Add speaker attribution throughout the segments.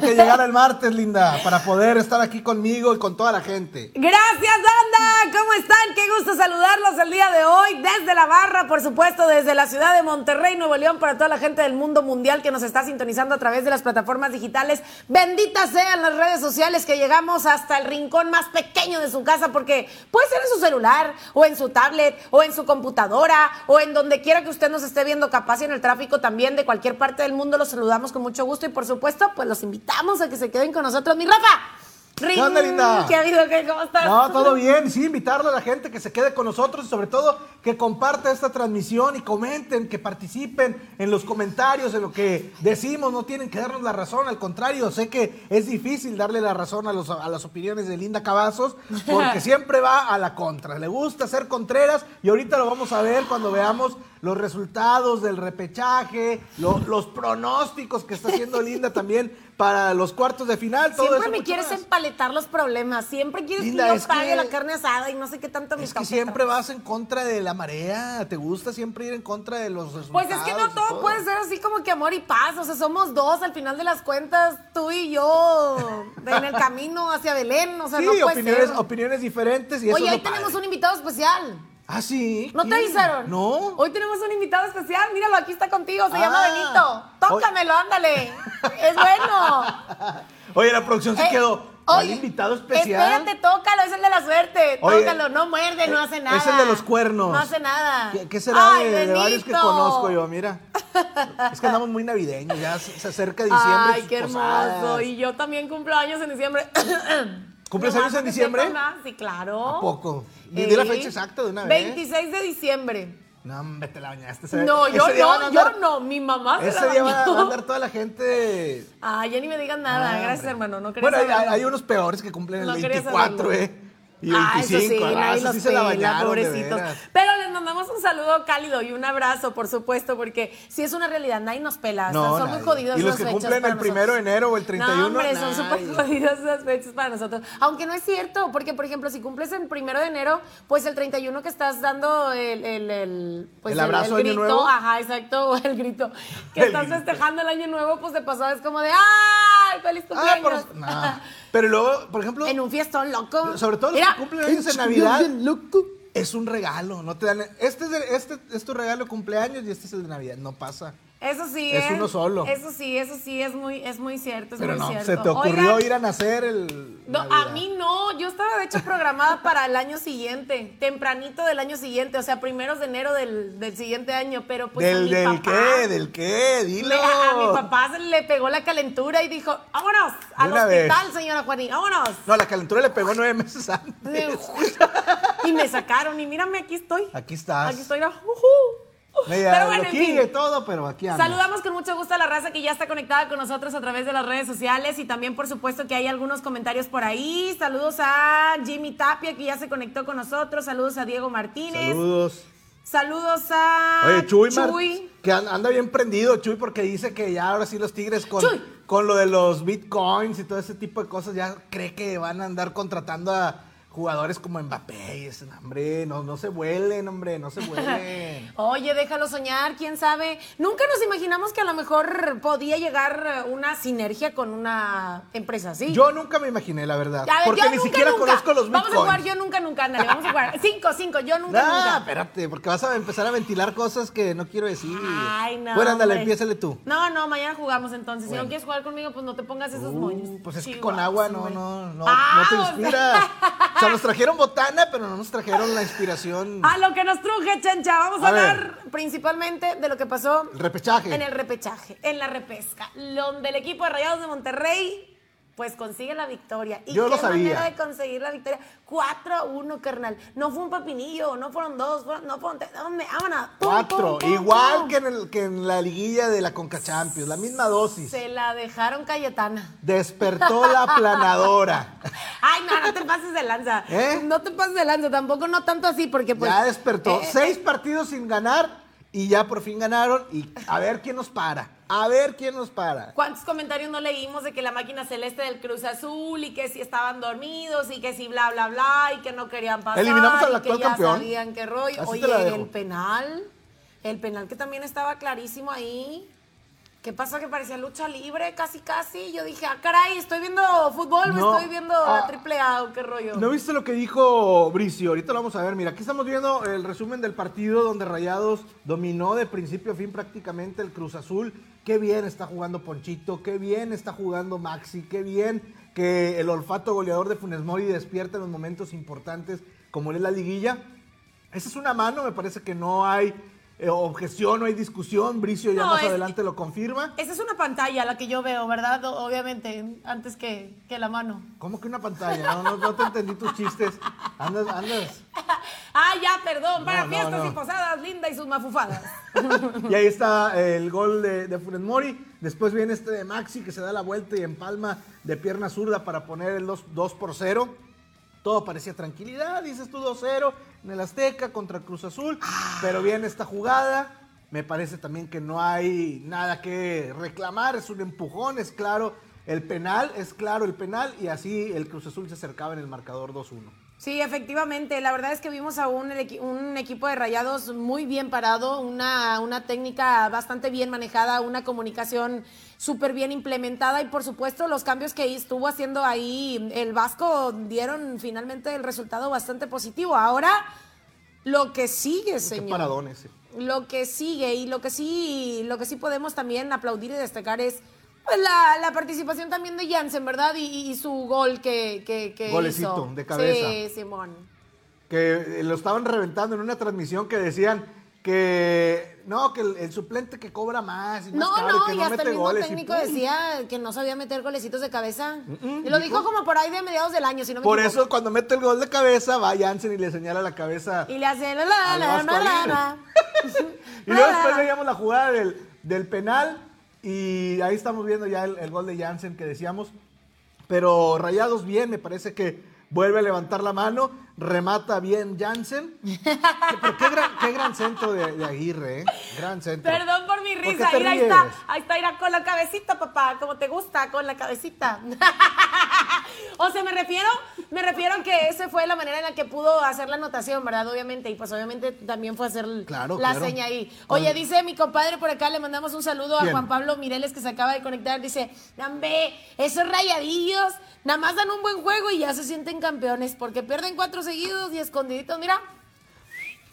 Speaker 1: que llegara el martes, linda, para poder estar aquí conmigo y con toda la gente.
Speaker 2: Gracias, banda. ¿Cómo están? Qué gusto saludarlos el día de hoy desde la barra, por supuesto, desde la ciudad de Monterrey, Nuevo León, para toda la gente del mundo mundial que nos está sintonizando a través de las plataformas digitales. Benditas sean las redes sociales que llegamos hasta el rincón más pequeño de su casa, porque puede ser en su celular, o en su tablet, o en su computadora, o en donde quiera que usted nos esté viendo, capaz y en el tráfico también de cualquier parte del mundo. Los saludamos con mucho gusto y, por supuesto, pues los invitamos a que se queden con nosotros. Mi Rafa. Rin,
Speaker 1: ¿Qué onda, linda?
Speaker 2: ¿Qué ha habido? ¿Qué? ¿Cómo estás?
Speaker 1: No, todo bien. Sí, invitarle a la gente que se quede con nosotros y sobre todo que comparta esta transmisión y comenten, que participen en los comentarios, en lo que decimos. No tienen que darnos la razón, al contrario, sé que es difícil darle la razón a, los- a las opiniones de Linda Cavazos porque siempre va a la contra. Le gusta ser contreras y ahorita lo vamos a ver cuando veamos los resultados del repechaje, lo- los pronósticos que está haciendo Linda también para los cuartos de final. Todo
Speaker 2: Siempre
Speaker 1: eso,
Speaker 2: me
Speaker 1: mucho
Speaker 2: quieres
Speaker 1: más.
Speaker 2: empaletar los problemas. Siempre quieres
Speaker 1: Linda,
Speaker 2: que
Speaker 1: es
Speaker 2: yo pague
Speaker 1: que-
Speaker 2: la carne asada y no sé qué tanto me
Speaker 1: Es que
Speaker 2: causa
Speaker 1: siempre
Speaker 2: trabajo.
Speaker 1: vas en contra de la marea, te gusta siempre ir en contra de los resultados.
Speaker 2: Pues es que no
Speaker 1: y
Speaker 2: todo, puede ser así como que amor y paz. O sea, somos dos al final de las cuentas, tú y yo, en el camino hacia Belén. O sea,
Speaker 1: Sí,
Speaker 2: no puede
Speaker 1: opiniones,
Speaker 2: ser.
Speaker 1: opiniones diferentes y eso
Speaker 2: Oye,
Speaker 1: es
Speaker 2: hoy
Speaker 1: lo padre.
Speaker 2: tenemos un invitado especial.
Speaker 1: Ah, sí.
Speaker 2: ¿No te
Speaker 1: ¿Quién?
Speaker 2: avisaron?
Speaker 1: No.
Speaker 2: Hoy tenemos un invitado especial. Míralo, aquí está contigo. Se llama
Speaker 1: Ah.
Speaker 2: Benito. Tócamelo, ándale. Es bueno.
Speaker 1: Oye, la producción se
Speaker 2: Eh,
Speaker 1: quedó. ¿Cuál
Speaker 2: oye,
Speaker 1: invitado especial?
Speaker 2: Espérate, tócalo, es el de la suerte.
Speaker 1: Oye,
Speaker 2: tócalo, no muerde, no hace nada.
Speaker 1: Es el de los cuernos.
Speaker 2: No hace nada.
Speaker 1: ¿Qué, qué será
Speaker 2: Ay,
Speaker 1: de, de varios que
Speaker 2: Benito.
Speaker 1: conozco yo? Mira. Es que andamos muy navideños, ya se se acerca diciembre.
Speaker 2: Ay,
Speaker 1: sus
Speaker 2: qué hermoso.
Speaker 1: posadas.
Speaker 2: Y yo también cumplo años en diciembre.
Speaker 1: ¿Cumples
Speaker 2: Nomás
Speaker 1: años en
Speaker 2: que
Speaker 1: diciembre?
Speaker 2: sepan, ¿verdad? Sí, claro.
Speaker 1: ¿A poco? Di- di la
Speaker 2: Sí.
Speaker 1: fecha exacta de una vez.
Speaker 2: 26 de diciembre.
Speaker 1: No, hombre, te la bañaste. ese-
Speaker 2: No, yo
Speaker 1: ese día van a
Speaker 2: no,
Speaker 1: andar-
Speaker 2: yo no. Mi mamá se
Speaker 1: Ese
Speaker 2: la
Speaker 1: día va a
Speaker 2: bañó.
Speaker 1: va a andar toda la gente.
Speaker 2: Ay, ya ni me digan nada.
Speaker 1: Ah,
Speaker 2: Gracias,
Speaker 1: hombre.
Speaker 2: hermano. No quería
Speaker 1: Bueno, hay,
Speaker 2: saberlo.
Speaker 1: hay unos peores que cumplen
Speaker 2: No
Speaker 1: el
Speaker 2: quería
Speaker 1: 24,
Speaker 2: saberlo.
Speaker 1: ¿eh? Y
Speaker 2: Ah,
Speaker 1: 25.
Speaker 2: eso sí,
Speaker 1: ah,
Speaker 2: nadie
Speaker 1: eso
Speaker 2: los
Speaker 1: sí se la
Speaker 2: pela,
Speaker 1: bañaron, de
Speaker 2: pobrecitos.
Speaker 1: veras.
Speaker 2: Pero les mandamos un saludo cálido y un abrazo, por supuesto, porque sí es una realidad, nadie nos pela, o sea,
Speaker 1: No,
Speaker 2: son muy
Speaker 1: nadie.
Speaker 2: jodidos
Speaker 1: Y los
Speaker 2: esas
Speaker 1: que
Speaker 2: fechas
Speaker 1: cumplen
Speaker 2: para
Speaker 1: el primero de
Speaker 2: nosotros.
Speaker 1: enero o el 31,
Speaker 2: No, hombre, son
Speaker 1: nadie. Ah,
Speaker 2: súper jodidas esas fechas para nosotros. Aunque no es cierto, porque, por ejemplo, si cumples el primero de enero, pues el 31 que estás dando el... el, el, pues,
Speaker 1: ¿El abrazo de Año
Speaker 2: grito,
Speaker 1: Nuevo?
Speaker 2: Ajá, exacto, o el grito. Que
Speaker 1: El
Speaker 2: estás
Speaker 1: grito.
Speaker 2: festejando el año nuevo, pues de pasado es como de ¡ay, feliz
Speaker 1: Ah,
Speaker 2: cumpleaños!
Speaker 1: por- no. Pero luego, por ejemplo,
Speaker 2: En un fiestón loco.
Speaker 1: sobre todo los
Speaker 2: Mira,
Speaker 1: que cumplen años en Navidad, es un regalo. No te dan. Este es, el- este es tu regalo de cumpleaños y este es el de Navidad. No pasa.
Speaker 2: Eso sí ¿eh?
Speaker 1: Es uno solo.
Speaker 2: Eso sí, eso sí, es muy, es muy cierto, es
Speaker 1: Pero
Speaker 2: muy
Speaker 1: no,
Speaker 2: cierto.
Speaker 1: se te ocurrió
Speaker 2: Oigan,
Speaker 1: ir a nacer el.
Speaker 2: no, a
Speaker 1: Navidad.
Speaker 2: mí no, yo estaba de hecho programada para el año siguiente, tempranito del año siguiente, o sea, primeros de enero del, del siguiente año, pero pues a
Speaker 1: ¿Del,
Speaker 2: mi
Speaker 1: del
Speaker 2: papá,
Speaker 1: qué? ¿Del qué? Dilo.
Speaker 2: le- a, a mi papá se le pegó la calentura y dijo, vámonos al
Speaker 1: una vez.
Speaker 2: hospital, señora Juanita, vámonos.
Speaker 1: No, la calentura le pegó nueve meses antes.
Speaker 2: y me sacaron y mírame, aquí estoy.
Speaker 1: Aquí estás.
Speaker 2: Aquí estoy, mira, ujú.
Speaker 1: Media
Speaker 2: Pero bueno, en
Speaker 1: loquilla
Speaker 2: fin.
Speaker 1: y todo, pero aquí anda.
Speaker 2: Saludamos con mucho gusto a la raza que ya está conectada con nosotros a través de las redes sociales y también, por supuesto, que hay algunos comentarios por ahí. Saludos a Jimmy Tapia, que ya se conectó con nosotros. Saludos a Diego Martínez.
Speaker 1: Saludos.
Speaker 2: Saludos a
Speaker 1: Oye, Chuy, Mar-
Speaker 2: Ah, Chuy.
Speaker 1: que an- anda bien prendido Chuy porque dice que ya ahora sí los Tigres con,
Speaker 2: Chuy.
Speaker 1: con lo de los bitcoins y todo ese tipo de cosas ya cree que van a andar contratando a jugadores como Mbappé y ese, hombre, no, no se vuelen, hombre, no se vuelen.
Speaker 2: Oye, déjalo soñar, quién sabe. Nunca nos imaginamos que a lo mejor podía llegar eh, una sinergia con una empresa así.
Speaker 1: Yo nunca me imaginé, la verdad,
Speaker 2: A ver,
Speaker 1: porque
Speaker 2: yo
Speaker 1: ni
Speaker 2: nunca,
Speaker 1: siquiera
Speaker 2: nunca.
Speaker 1: conozco los
Speaker 2: Vamos
Speaker 1: bitcoins.
Speaker 2: a jugar yo nunca, nunca, ándale, vamos a jugar. Cinco, cinco, yo nunca,
Speaker 1: Ah,
Speaker 2: nunca.
Speaker 1: espérate, porque vas a empezar a ventilar cosas que no quiero decir.
Speaker 2: Ay, no.
Speaker 1: Bueno, Ah, ándale,
Speaker 2: hombre.
Speaker 1: empiézale tú.
Speaker 2: No, no, mañana jugamos entonces. Si no
Speaker 1: Bueno.
Speaker 2: quieres jugar conmigo, pues no te pongas esos
Speaker 1: Uh,
Speaker 2: moños.
Speaker 1: Pues es que
Speaker 2: Chihuahuas,
Speaker 1: con agua no,
Speaker 2: hombre.
Speaker 1: no, no,
Speaker 2: Ah,
Speaker 1: no
Speaker 2: o
Speaker 1: te
Speaker 2: sea.
Speaker 1: inspira. O sea, nos trajeron botana, pero no nos trajeron la inspiración.
Speaker 2: A lo que nos truje, chancha. Vamos a,
Speaker 1: A
Speaker 2: hablar principalmente de lo que pasó
Speaker 1: El repechaje.
Speaker 2: en el repechaje, en la repesca, donde el equipo de Rayados de Monterrey pues consigue la victoria. ¿Y
Speaker 1: Yo
Speaker 2: qué
Speaker 1: lo sabía.
Speaker 2: manera de conseguir la victoria? 4 a 1, carnal. No fue un papinillo, no fueron dos, fueron- no fueron tres. Hombre, vámonos. Pum,
Speaker 1: Cuatro.
Speaker 2: pum, pum,
Speaker 1: Igual
Speaker 2: pum.
Speaker 1: Que, en el- que en la liguilla de la Conca Champions, la misma dosis.
Speaker 2: Se la dejaron Cayetana.
Speaker 1: Despertó la planadora.
Speaker 2: Ay, no, no te pases de lanza.
Speaker 1: ¿Eh?
Speaker 2: No te pases de lanza, tampoco no tanto así, porque pues.
Speaker 1: ya despertó.
Speaker 2: eh,
Speaker 1: Seis partidos sin ganar y ya por fin ganaron. Y a ver quién nos para. A ver quién nos para.
Speaker 2: ¿Cuántos comentarios no leímos de que la máquina celeste del Cruz Azul y que si estaban dormidos y que si bla, bla, bla y que no querían pasar?
Speaker 1: Eliminamos al
Speaker 2: y
Speaker 1: actual
Speaker 2: que ya
Speaker 1: campeón.
Speaker 2: sabían qué rollo.
Speaker 1: Así te la
Speaker 2: Oye,
Speaker 1: dejo.
Speaker 2: el penal, el penal que también estaba clarísimo ahí. ¿Qué pasó? Que parecía lucha libre, casi, casi. Yo dije, ah, caray, estoy viendo fútbol,
Speaker 1: No,
Speaker 2: o estoy viendo
Speaker 1: ah,
Speaker 2: la triple A, o qué rollo.
Speaker 1: ¿No viste lo que dijo Bricio? Ahorita lo vamos a ver. Mira, aquí estamos viendo el resumen del partido donde Rayados dominó de principio a fin prácticamente el Cruz Azul. Qué bien está jugando Ponchito, qué bien está jugando Maxi, qué bien que el olfato goleador de Funes Mori despierta en los momentos importantes como él es la liguilla. Esa es una mano, me parece que no hay eh, objeción, no hay discusión. Bricio ya
Speaker 2: No,
Speaker 1: más
Speaker 2: es-
Speaker 1: adelante lo confirma.
Speaker 2: Esa es una pantalla la que yo veo, ¿verdad? O- Obviamente, antes que, que la mano.
Speaker 1: ¿Cómo que una pantalla? No, no, no te entendí tus chistes. Andas, andas.
Speaker 2: ah, ya, perdón, para
Speaker 1: No, no,
Speaker 2: fiestas
Speaker 1: no.
Speaker 2: y posadas, linda y sus mafufadas.
Speaker 1: Y ahí está el gol de, de Funes Mori. Después viene este de Maxi que se da la vuelta y empalma de pierna zurda para poner el 2, por 0. Todo parecía tranquilidad, dices tú 2-0 en el Azteca contra el Cruz Azul. Pero viene esta jugada. Me parece también que no hay nada que reclamar. Es un empujón, es claro el penal, es claro el penal. Y así el Cruz Azul se acercaba en el marcador 2-1.
Speaker 2: Sí, efectivamente. La verdad es que vimos a un, el equi- un equipo de rayados muy bien parado, una, una técnica bastante bien manejada, una comunicación súper bien implementada y por supuesto los cambios que estuvo haciendo ahí el Vasco dieron finalmente el resultado bastante positivo. Ahora lo que sigue,
Speaker 1: Qué
Speaker 2: señor
Speaker 1: paradón ese.
Speaker 2: lo que sigue y lo que sí, lo que sí podemos también aplaudir y destacar es pues, la, la participación también de Jansen, ¿verdad? Y, y- y su gol que, que, que
Speaker 1: Golecito
Speaker 2: hizo.
Speaker 1: de cabeza.
Speaker 2: Sí, Simón.
Speaker 1: que eh, lo estaban reventando en una transmisión que decían que no, que el, el suplente que cobra más y más
Speaker 2: No,
Speaker 1: caro y
Speaker 2: no,
Speaker 1: que
Speaker 2: y
Speaker 1: no
Speaker 2: hasta
Speaker 1: mete
Speaker 2: el mismo
Speaker 1: goles y
Speaker 2: técnico
Speaker 1: pum.
Speaker 2: decía que no sabía meter golecitos de cabeza.
Speaker 1: Mm-mm,
Speaker 2: Y lo dijo
Speaker 1: dijo.
Speaker 2: como por ahí de mediados del año, si no me
Speaker 1: Por
Speaker 2: equivoco.
Speaker 1: eso cuando mete el gol de cabeza va Jansen y le señala la cabeza.
Speaker 2: Y le hace la la
Speaker 1: Al
Speaker 2: la
Speaker 1: Vasco
Speaker 2: la la
Speaker 1: Aguirre.
Speaker 2: la.
Speaker 1: Y luego después veíamos la jugada del, del penal y ahí estamos viendo ya el, el gol de Jansen que decíamos. Pero Rayados bien, me parece que vuelve a levantar la mano, remata bien Jansen. Pero qué gran, qué gran centro de, de Aguirre, ¿eh? Gran centro.
Speaker 2: Perdón por mi
Speaker 1: ¿Por qué
Speaker 2: risa.
Speaker 1: te
Speaker 2: Mira, ahí
Speaker 1: ríes?
Speaker 2: está. Ahí está, mira, con la cabecita, papá. Como te gusta, con la cabecita. o sea, me refiero, me refiero a que esa fue la manera en la que pudo hacer la anotación, ¿verdad? Obviamente. Y pues obviamente también fue hacer l-
Speaker 1: Claro,
Speaker 2: la
Speaker 1: claro.
Speaker 2: seña ahí. Oye,
Speaker 1: Con-
Speaker 2: dice mi compadre por acá, le mandamos un saludo a
Speaker 1: ¿Quién?
Speaker 2: Juan Pablo Mireles que se acaba de conectar. Dice, Nambe, esos rayadillos, nada más dan un buen juego y ya se sienten campeones, porque pierden cuatro seguidos y escondiditos, mira.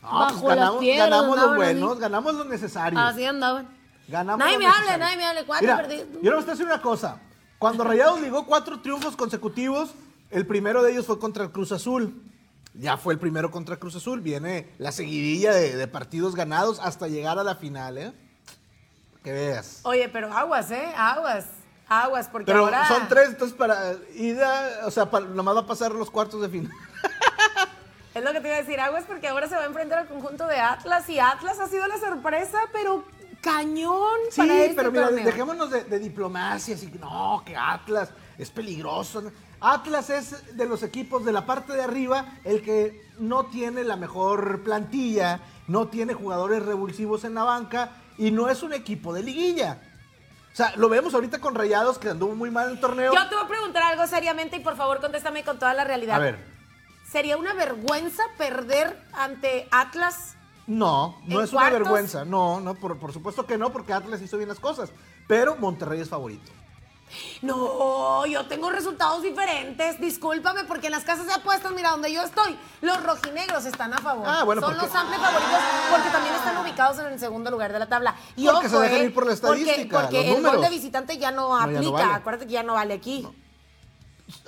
Speaker 1: No,
Speaker 2: Bajo
Speaker 1: pues
Speaker 2: las
Speaker 1: ganamos,
Speaker 2: piedras
Speaker 1: ganamos los
Speaker 2: andaban
Speaker 1: buenos,
Speaker 2: así.
Speaker 1: ganamos los necesarios.
Speaker 2: Así andaban.
Speaker 1: Ganamos
Speaker 2: Nadie
Speaker 1: los
Speaker 2: me hable,
Speaker 1: necesarios.
Speaker 2: nadie me hable. Cuatro
Speaker 1: Mira,
Speaker 2: perdidos.
Speaker 1: Yo no voy a decir una cosa. Cuando Rayados ligó cuatro triunfos consecutivos, el primero de ellos fue contra el Cruz Azul. Ya fue el primero contra el Cruz Azul. Viene la seguidilla de, de partidos ganados hasta llegar a la final, ¿eh? Que veas.
Speaker 2: Oye, pero aguas, ¿eh? Aguas. Aguas, porque
Speaker 1: Pero
Speaker 2: ahora.
Speaker 1: son tres, entonces para ida, o sea, para, nomás va a pasar los cuartos de final.
Speaker 2: Es lo que te iba a decir, aguas, porque ahora se va a enfrentar al conjunto de Atlas. Y Atlas ha sido la sorpresa, pero cañón.
Speaker 1: Sí,
Speaker 2: para este
Speaker 1: pero mira,
Speaker 2: torneo.
Speaker 1: dejémonos de, de diplomacias y que no, que Atlas es peligroso. Atlas es de los equipos de la parte de arriba el que no tiene la mejor plantilla, no tiene jugadores revulsivos en la banca y no es un equipo de liguilla. O sea, lo vemos ahorita con Rayados que anduvo muy mal el torneo.
Speaker 2: Yo te voy a preguntar algo seriamente y por favor contéstame con toda la realidad.
Speaker 1: A ver,
Speaker 2: ¿Sería una vergüenza perder ante Atlas?
Speaker 1: no, no
Speaker 2: ¿En
Speaker 1: es una
Speaker 2: cuartos?
Speaker 1: vergüenza. No, no, por, por supuesto que no, porque Atlas hizo bien las cosas. Pero Monterrey es favorito.
Speaker 2: No, yo tengo resultados diferentes. Discúlpame, porque en las casas de apuestas, mira, donde yo estoy, los rojinegros están a favor.
Speaker 1: Ah, bueno,
Speaker 2: Son
Speaker 1: porque-
Speaker 2: los amplios favoritos porque también están ubicados en el segundo lugar de la tabla. Y
Speaker 1: Porque
Speaker 2: ojo,
Speaker 1: se dejan
Speaker 2: eh,
Speaker 1: ir por
Speaker 2: porque-
Speaker 1: la estadística,
Speaker 2: Porque,
Speaker 1: los
Speaker 2: el gol
Speaker 1: números.
Speaker 2: de visitante ya no
Speaker 1: No, ya no
Speaker 2: aplica.
Speaker 1: vale.
Speaker 2: Acuérdate que ya no vale aquí.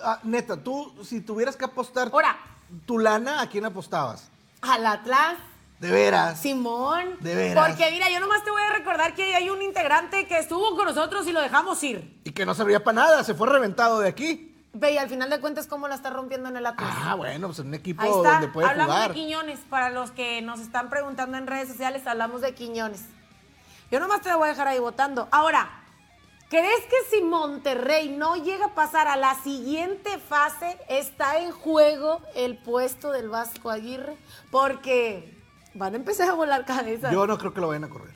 Speaker 1: Ah, neta, tú, si tuvieras que apostar
Speaker 2: Ahora.
Speaker 1: tu lana, ¿a quién apostabas?
Speaker 2: Al Atlas.
Speaker 1: De veras.
Speaker 2: Simón.
Speaker 1: De veras.
Speaker 2: Porque mira, yo nomás te voy a recordar que hay un integrante que estuvo con nosotros y lo dejamos ir.
Speaker 1: Y que no servía para nada, se fue reventado de aquí.
Speaker 2: Ve, y al final de cuentas, ¿cómo la está rompiendo en el Atlas?
Speaker 1: Ah, bueno, pues en un equipo
Speaker 2: Ahí está.
Speaker 1: donde puede
Speaker 2: hablamos
Speaker 1: jugar.
Speaker 2: de Quiñones. Para los que nos están preguntando en redes sociales, hablamos de Quiñones. Yo nomás te voy a dejar ahí votando. Ahora, ¿crees que si Monterrey no llega a pasar a la siguiente fase, está en juego el puesto del Vasco Aguirre? Porque van a empezar a volar cabezas.
Speaker 1: Yo no creo que lo vayan a correr.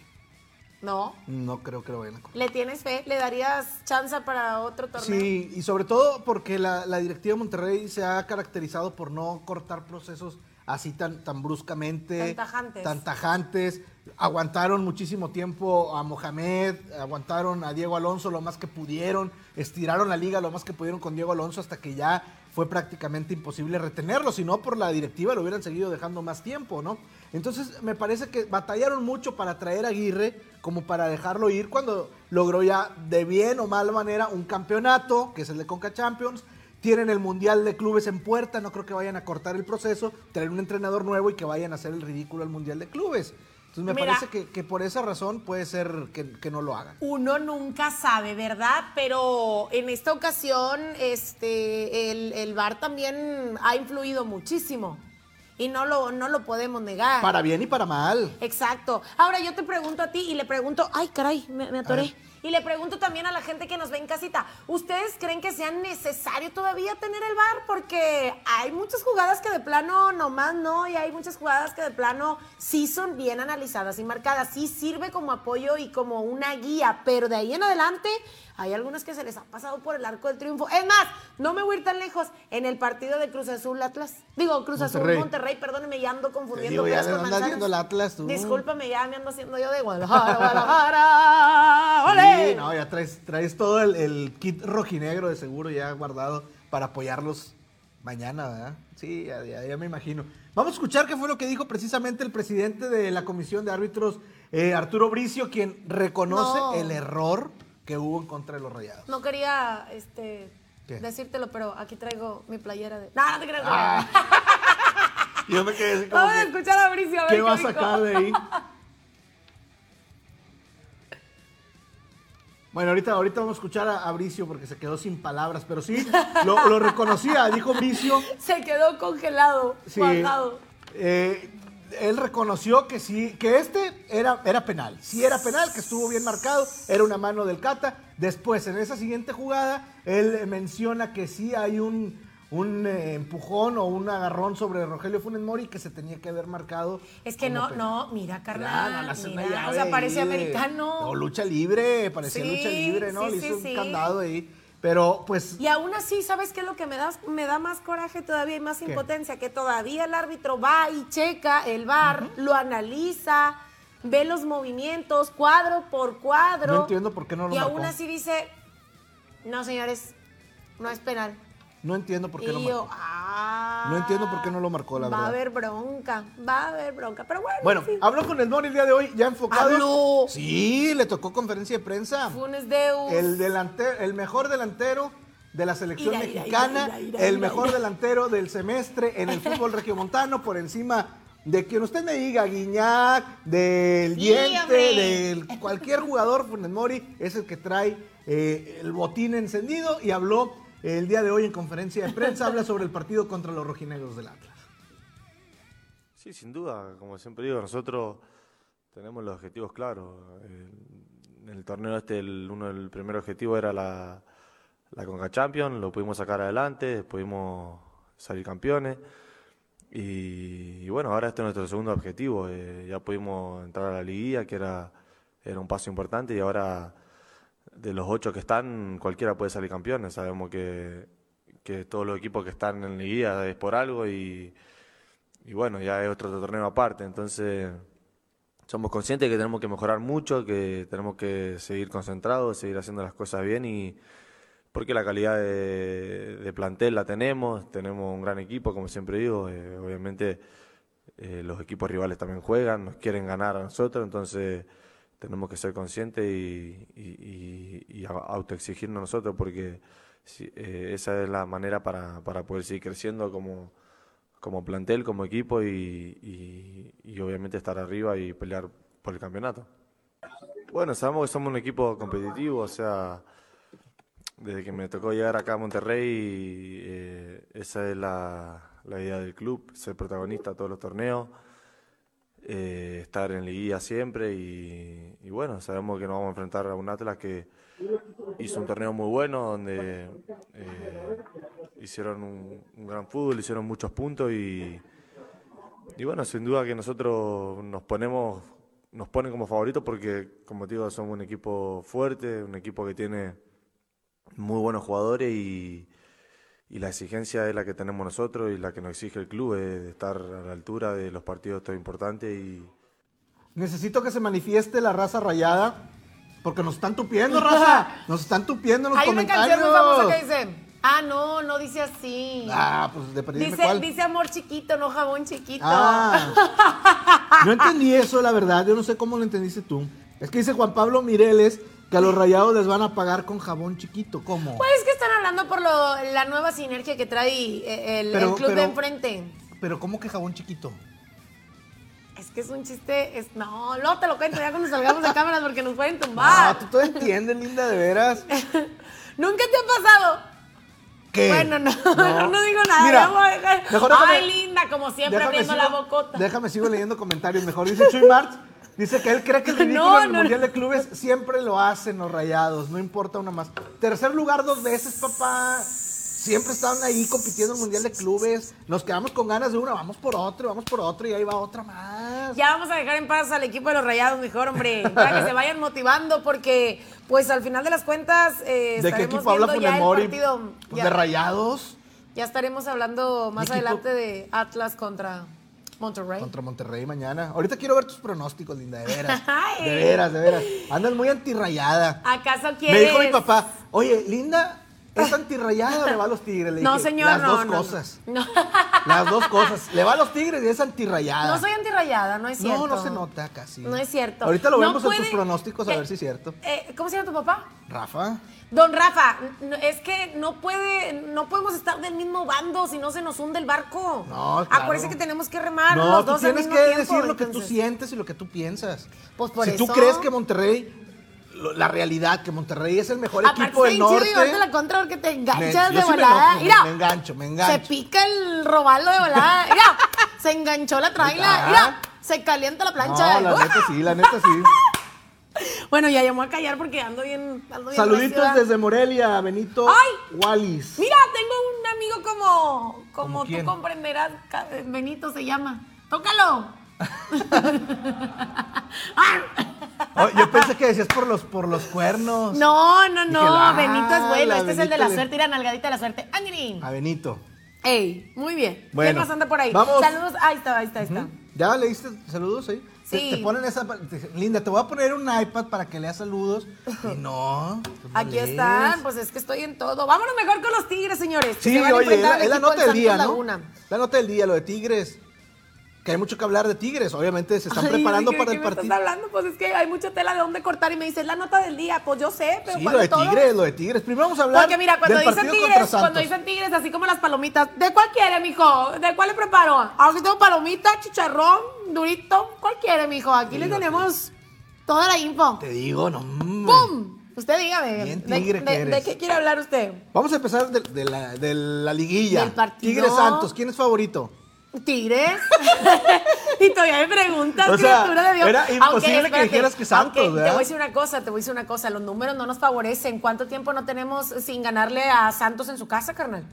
Speaker 2: No.
Speaker 1: No creo que lo vayan a correr.
Speaker 2: ¿Le tienes fe? ¿Le darías chance para otro torneo?
Speaker 1: Sí, y sobre todo porque la, la directiva de Monterrey se ha caracterizado por no cortar procesos así tan, tan bruscamente.
Speaker 2: Tan tajantes.
Speaker 1: tan tajantes. Aguantaron muchísimo tiempo a Mohamed, aguantaron a Diego Alonso lo más que pudieron, estiraron la liga lo más que pudieron con Diego Alonso hasta que ya fue prácticamente imposible retenerlo, si no por la directiva lo hubieran seguido dejando más tiempo, ¿no? Entonces me parece que batallaron mucho para traer a Aguirre como para dejarlo ir cuando logró ya de bien o mal manera un campeonato, que es el de Conca Champions, tienen el Mundial de Clubes en puerta, no creo que vayan a cortar el proceso, traer un entrenador nuevo y que vayan a hacer el ridículo al Mundial de Clubes. Entonces me
Speaker 2: Mira.
Speaker 1: parece que, que por esa razón puede ser que, que no lo hagan.
Speaker 2: Uno nunca sabe, ¿verdad? Pero en esta ocasión, este, el, el VAR también ha influido muchísimo. Y no lo, no lo podemos negar.
Speaker 1: Para bien y para mal.
Speaker 2: Exacto. Ahora yo te pregunto a ti y le pregunto, ay caray, me, me
Speaker 1: A
Speaker 2: atoré.
Speaker 1: ver.
Speaker 2: Y le pregunto también a la gente que nos ve en casita, ¿ustedes creen que sea necesario todavía tener el bar? Porque hay muchas jugadas que de plano nomás no, y hay muchas jugadas que de plano sí son bien analizadas y marcadas, sí sirve como apoyo y como una guía, pero de ahí en adelante hay algunas que se les han pasado por el arco del triunfo. Es más, no me voy a ir tan lejos, en el partido de Cruz Azul Atlas, digo Cruz
Speaker 1: Monterrey.
Speaker 2: Azul Monterrey, perdóneme, ya ando confundiendo.
Speaker 1: digo, ya
Speaker 2: peras
Speaker 1: le
Speaker 2: con
Speaker 1: andas
Speaker 2: manzanas.
Speaker 1: viendo el Atlas, tú.
Speaker 2: Discúlpame, ya me ando haciendo yo de Guadalajara, Guadalajara. ¡Ole!
Speaker 1: Sí, no, ya traes, traes todo el, el kit rojinegro de seguro ya guardado para apoyarlos mañana, ¿verdad? Sí, ya, ya- ya me imagino. Vamos a escuchar qué fue lo que dijo precisamente el presidente de la Comisión de Árbitros, eh, Arturo Bricio, quien reconoce
Speaker 2: No.
Speaker 1: el error que hubo en contra de los rayados.
Speaker 2: No quería este,
Speaker 1: ¿Qué?
Speaker 2: decírtelo, pero aquí traigo mi playera de. No, no te creo.
Speaker 1: Ah. Yo me quedé así como
Speaker 2: Vamos a
Speaker 1: que,
Speaker 2: escuchar a Bricio. A ver
Speaker 1: ¿Qué va a
Speaker 2: dijo.
Speaker 1: sacar de ahí? Bueno, ahorita, ahorita vamos a escuchar a, a Bricio porque se quedó sin palabras, pero sí, lo, lo reconocía, dijo Bricio.
Speaker 2: Se quedó congelado,
Speaker 1: Sí,
Speaker 2: guardado.
Speaker 1: eh, él reconoció que sí, que este era, era penal. Sí era penal, que estuvo bien marcado, era una mano del Cata. Después, en esa siguiente jugada, él menciona que sí hay un, un eh, empujón o un agarrón sobre Rogelio Funes Mori que se tenía que haber marcado.
Speaker 2: Es que
Speaker 1: como
Speaker 2: no,
Speaker 1: penal.
Speaker 2: no, mira,
Speaker 1: Claro,
Speaker 2: carnal.
Speaker 1: le hace una
Speaker 2: Ah, mira, o
Speaker 1: llave
Speaker 2: sea,
Speaker 1: ahí
Speaker 2: parece
Speaker 1: de-
Speaker 2: americano.
Speaker 1: O lucha libre, parecía
Speaker 2: Sí,
Speaker 1: lucha libre, ¿no?
Speaker 2: sí,
Speaker 1: Le
Speaker 2: sí,
Speaker 1: hizo un
Speaker 2: sí.
Speaker 1: candado ahí. Pero pues
Speaker 2: Y aún así, ¿sabes qué es lo que me da, me da más coraje todavía y más
Speaker 1: ¿Qué?
Speaker 2: impotencia? Que todavía el árbitro va y checa el bar, lo analiza, ve los movimientos cuadro por cuadro.
Speaker 1: No entiendo por qué no lo
Speaker 2: Y aún
Speaker 1: marcó.
Speaker 2: así dice, no señores, no es penal.
Speaker 1: no entiendo por qué
Speaker 2: y
Speaker 1: no
Speaker 2: yo,
Speaker 1: marcó.
Speaker 2: ah.
Speaker 1: No entiendo por qué no lo marcó, la
Speaker 2: Va a
Speaker 1: verdad.
Speaker 2: haber bronca, va a haber bronca. Pero bueno,
Speaker 1: Bueno,
Speaker 2: sí.
Speaker 1: habló con el Mori el día de hoy, ya enfocado.
Speaker 2: Habló.
Speaker 1: Sí, le tocó conferencia de prensa.
Speaker 2: Funes Deus.
Speaker 1: El, delante- el mejor delantero de la selección
Speaker 2: Ira, ira, ira,
Speaker 1: mexicana,
Speaker 2: ira, ira,
Speaker 1: el
Speaker 2: ira,
Speaker 1: mejor
Speaker 2: ira.
Speaker 1: delantero del semestre en el fútbol regiomontano, por encima de quien usted me diga, Guiñac, del
Speaker 2: Sí,
Speaker 1: Diente,
Speaker 2: hombre.
Speaker 1: del cualquier jugador, Funes Mori, es el que trae eh, el botín encendido y habló el día de hoy en conferencia de prensa, habla sobre el partido contra los rojinegros del Atlas.
Speaker 3: Sí, sin duda, como siempre digo, nosotros tenemos los objetivos claros. Eh, En el torneo este, el, uno, el primer objetivo era la, la Conca Champions, lo pudimos sacar adelante, pudimos salir campeones. Y, y bueno, ahora este es nuestro segundo objetivo. eh, ya pudimos entrar a la liguilla, que era, era un paso importante, y ahora de los ocho que están, cualquiera puede salir campeones. Sabemos que, que todos los equipos que están en liguilla es por algo y y bueno, ya es otro torneo aparte, entonces somos conscientes que tenemos que mejorar mucho, que tenemos que seguir concentrados, seguir haciendo las cosas bien y porque la calidad de, de plantel la tenemos, tenemos un gran equipo, como siempre digo, eh, obviamente eh, los equipos rivales también juegan, nos quieren ganar a nosotros, entonces tenemos que ser conscientes y, y- y- y a- autoexigirnos nosotros porque si- eh, esa es la manera para, para poder seguir creciendo como, como plantel, como equipo y, y- y obviamente estar arriba y pelear por el campeonato. Bueno, sabemos que somos un equipo competitivo, o sea, desde que me tocó llegar acá a Monterrey, eh, esa es la, la idea del club, ser protagonista de todos los torneos, eh, estar en liguilla siempre y, y bueno, sabemos que nos vamos a enfrentar a un Atlas que hizo un torneo muy bueno donde eh, hicieron un, un gran fútbol, hicieron muchos puntos y, y bueno, sin duda que nosotros nos ponemos, nos ponen como favoritos porque, como te digo, somos un equipo fuerte, un equipo que tiene muy buenos jugadores y, y la exigencia es la que tenemos nosotros y la que nos exige el club, es de estar a la altura de los partidos tan importantes y,
Speaker 1: Necesito que se manifieste la raza rayada. Porque nos están tupiendo, raza. Nos están tupiendo en los
Speaker 2: Hay una
Speaker 1: comentarios.
Speaker 2: canción muy famosa que dice. Ah, no, no dice así.
Speaker 1: Ah, pues de dime
Speaker 2: Eh, dice,
Speaker 1: cuál.
Speaker 2: dice amor chiquito, no jabón chiquito.
Speaker 1: Ah. No entendí eso, la verdad. Yo no sé cómo lo entendiste tú. Es que dice Juan Pablo Mireles que a los rayados les van a pagar con jabón chiquito. ¿Cómo?
Speaker 2: Pues es que están hablando por lo- la nueva sinergia que trae eh, el, el
Speaker 1: Pero-
Speaker 2: club de
Speaker 1: pero-
Speaker 2: enfrente.
Speaker 1: Pero ¿cómo que jabón chiquito?
Speaker 2: Es que es un chiste. Es, no, luego te lo cuento ya cuando salgamos de cámaras porque nos pueden
Speaker 1: Ah,
Speaker 2: tumbar.
Speaker 1: tú todo entiendes, linda, de veras.
Speaker 2: Nunca te ha pasado.
Speaker 1: ¿Qué?
Speaker 2: Bueno, no, no, digo nada.
Speaker 1: Eh, Mira,
Speaker 2: vamos a dejar-
Speaker 1: mejor déjame-
Speaker 2: Ay, linda, como siempre
Speaker 1: déjame
Speaker 2: abriendo la
Speaker 1: sigo-
Speaker 2: bocota.
Speaker 1: Déjame sigo leyendo comentarios. Mejor dice Chuy Martz. Dice que él cree que el ridículo
Speaker 2: No,
Speaker 1: en el
Speaker 2: no,
Speaker 1: Mundial
Speaker 2: no.
Speaker 1: de Clubes siempre lo hacen los rayados. No importa una más. Tercer lugar dos veces, papá. Siempre estaban ahí compitiendo en el Mundial de Clubes. Nos quedamos con ganas de una. Vamos por otro, vamos por otro. Y ahí va otra más.
Speaker 2: Ya vamos a dejar en paz al equipo de los rayados, mejor, hombre, para que se vayan motivando, porque pues al final de las cuentas eh,
Speaker 1: ¿De qué
Speaker 2: estaremos
Speaker 1: equipo habla
Speaker 2: viendo ya el
Speaker 1: Funemori?
Speaker 2: partido.
Speaker 1: Pues,
Speaker 2: ya,
Speaker 1: ¿De rayados?
Speaker 2: ya estaremos hablando más
Speaker 1: Equipo-
Speaker 2: adelante de Atlas contra Monterrey.
Speaker 1: Contra Monterrey mañana. Ahorita quiero ver tus pronósticos, linda, de veras.
Speaker 2: Ay.
Speaker 1: De veras, de veras. Andas muy antirrayada.
Speaker 2: ¿Acaso
Speaker 1: Me
Speaker 2: quieres?
Speaker 1: dijo mi papá, oye, linda, ¿es antirrayada o le va a los tigres? Le
Speaker 2: No,
Speaker 1: dije,
Speaker 2: señor,
Speaker 1: Las
Speaker 2: no,
Speaker 1: dos
Speaker 2: no, no.
Speaker 1: cosas.
Speaker 2: No.
Speaker 1: Las dos cosas. Le va a los tigres y es antirrayada.
Speaker 2: No soy antirrayada, no es
Speaker 1: No,
Speaker 2: cierto.
Speaker 1: no se nota casi.
Speaker 2: No es cierto.
Speaker 1: Ahorita lo
Speaker 2: No
Speaker 1: vemos en
Speaker 2: puede-
Speaker 1: tus pronósticos a
Speaker 2: Eh,
Speaker 1: ver si es cierto.
Speaker 2: eh, ¿Cómo se llama tu papá?
Speaker 1: Rafa.
Speaker 2: Don Rafa, no- es que no puede, no podemos estar del mismo bando si no se nos hunde el barco.
Speaker 1: No, claro.
Speaker 2: Acuérdese que tenemos que remar
Speaker 1: no,
Speaker 2: los
Speaker 1: tú
Speaker 2: dos al
Speaker 1: tienes
Speaker 2: mismo
Speaker 1: que
Speaker 2: tiempo.
Speaker 1: decir lo que tú
Speaker 2: entonces.
Speaker 1: sientes y lo que tú piensas.
Speaker 2: Pues por
Speaker 1: si tú
Speaker 2: eso.
Speaker 1: crees que Monterrey, lo- la realidad, que Monterrey es el mejor
Speaker 2: Aparte
Speaker 1: equipo del
Speaker 2: está bien
Speaker 1: norte.
Speaker 2: chido llevarte la contra porque te enganchas
Speaker 1: yo
Speaker 2: de
Speaker 1: sí me
Speaker 2: volada.
Speaker 1: enojo, me-
Speaker 2: Mira,
Speaker 1: me engancho, me
Speaker 2: Se
Speaker 1: engancho.
Speaker 2: pica el robalo de volada. Mira, se enganchó la traila.
Speaker 1: Ahí
Speaker 2: Mira,
Speaker 1: está.
Speaker 2: se calienta la plancha.
Speaker 1: Ah. no, la neta sí, la neta sí.
Speaker 2: Bueno, ya llamó a callar porque ando bien. Ando bien recia.
Speaker 1: Saluditos desde Morelia, Benito
Speaker 2: ¡Ay!
Speaker 1: Wallis.
Speaker 2: Mira, tengo un amigo como, como
Speaker 1: ¿Como
Speaker 2: tú
Speaker 1: quién?
Speaker 2: comprenderás, ca- eh, Benito se llama. ¡Tócalo! Ah.
Speaker 1: Oh, yo pensé que decías por los, por los cuernos.
Speaker 2: no, no, no,
Speaker 1: Dije, ah,
Speaker 2: Benito es bueno,
Speaker 1: la
Speaker 2: este es el de la
Speaker 1: Benito le-
Speaker 2: suerte, era nalgadita de la suerte. ¡Angri!
Speaker 1: A Benito.
Speaker 2: ¡Ey! Muy bien. ¿Quién
Speaker 1: Bueno,
Speaker 2: más anda por ahí?
Speaker 1: vamos.
Speaker 2: Saludos, ahí está, ahí está, ahí está.
Speaker 1: ¿Ya leíste saludos ahí? Te-
Speaker 2: Sí.
Speaker 1: Te, ponen esa. pa- te- Linda, te voy a poner un iPad para que leas saludos. Y no. pues no
Speaker 2: Aquí
Speaker 1: lees.
Speaker 2: están, pues es que estoy en todo. Vámonos mejor con los tigres, señores. que
Speaker 1: Sí,
Speaker 2: se van a
Speaker 1: oye, es
Speaker 2: enfrentar
Speaker 1: la,
Speaker 2: al
Speaker 1: es la
Speaker 2: equipo del
Speaker 1: nota del
Speaker 2: Santos
Speaker 1: día, ¿no?
Speaker 2: Laguna.
Speaker 1: La nota del día, lo de Tigres. Que hay mucho que hablar de Tigres. Obviamente se están
Speaker 2: Ay,
Speaker 1: preparando
Speaker 2: ¿de qué-
Speaker 1: para
Speaker 2: qué
Speaker 1: el
Speaker 2: me
Speaker 1: partido.
Speaker 2: estás hablando? Pues es que hay mucha tela de dónde cortar y me dices la nota del día. Pues yo sé, pero
Speaker 1: Sí, lo
Speaker 2: cuando
Speaker 1: de
Speaker 2: todo-
Speaker 1: Tigres, lo de Tigres. Primero vamos a hablar.
Speaker 2: Porque mira, cuando
Speaker 1: del
Speaker 2: dicen
Speaker 1: partido contra
Speaker 2: tigres, cuando
Speaker 1: Santos.
Speaker 2: dicen tigres, así como las palomitas, ¿de cuál quiere, mijo? ¿De cuál le preparo? Aquí tengo palomita, chicharrón, durito, ¿cuál quiere, mijo? Aquí le
Speaker 1: Fíjate.
Speaker 2: tenemos toda la info.
Speaker 1: Te digo, no. hombre.
Speaker 2: ¡Pum! Usted dígame,
Speaker 1: Bien
Speaker 2: ¿de,
Speaker 1: tigre
Speaker 2: de-
Speaker 1: que eres.
Speaker 2: de qué quiere hablar usted?
Speaker 1: Vamos a empezar de, de la, de la liguilla.
Speaker 2: Del partido.
Speaker 1: Tigres Santos, ¿quién es favorito?
Speaker 2: ¿Tigres? y todavía me preguntas,
Speaker 1: O sea,
Speaker 2: criatura de Dios.
Speaker 1: era imposible que
Speaker 2: espérate,
Speaker 1: dijeras que Santos,
Speaker 2: aunque Te
Speaker 1: ¿verdad?
Speaker 2: voy a decir una cosa, te voy a decir una cosa. Los números no nos favorecen. ¿Cuánto tiempo no tenemos sin ganarle a Santos en su casa, carnal?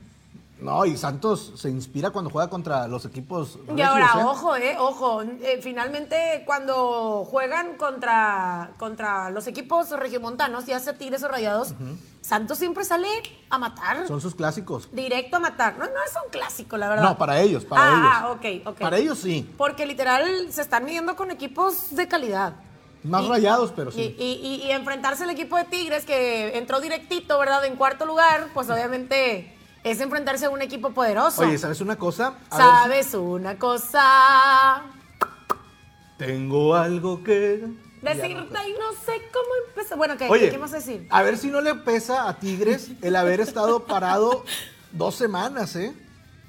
Speaker 1: No, y Santos se inspira cuando juega contra los equipos.
Speaker 2: Y
Speaker 1: regios,
Speaker 2: ahora,
Speaker 1: ¿eh?
Speaker 2: ojo, eh, ojo. eh, finalmente, cuando juegan contra, contra los equipos regiomontanos, ya sea Tigres o Rayados, Santos siempre sale a matar.
Speaker 1: Son sus clásicos.
Speaker 2: Directo a matar. No, no es un clásico, la verdad.
Speaker 1: No, para ellos, para
Speaker 2: ah,
Speaker 1: ellos.
Speaker 2: Ah, ok, ok.
Speaker 1: Para ellos sí.
Speaker 2: Porque literal se están midiendo con equipos de calidad.
Speaker 1: Más rayados, pero sí.
Speaker 2: Y, y- y- y enfrentarse al equipo de Tigres que entró directito, ¿verdad? En cuarto lugar, pues obviamente es enfrentarse a un equipo poderoso.
Speaker 1: Oye, ¿sabes una cosa? A ver
Speaker 2: Sabes una cosa,
Speaker 1: si- Tengo algo que.
Speaker 2: decirte y no sé cómo empezar. Bueno, ¿qué,
Speaker 1: Oye,
Speaker 2: ¿qué vas a decir?
Speaker 1: a ver si no le pesa a Tigres el haber estado parado dos semanas, ¿eh?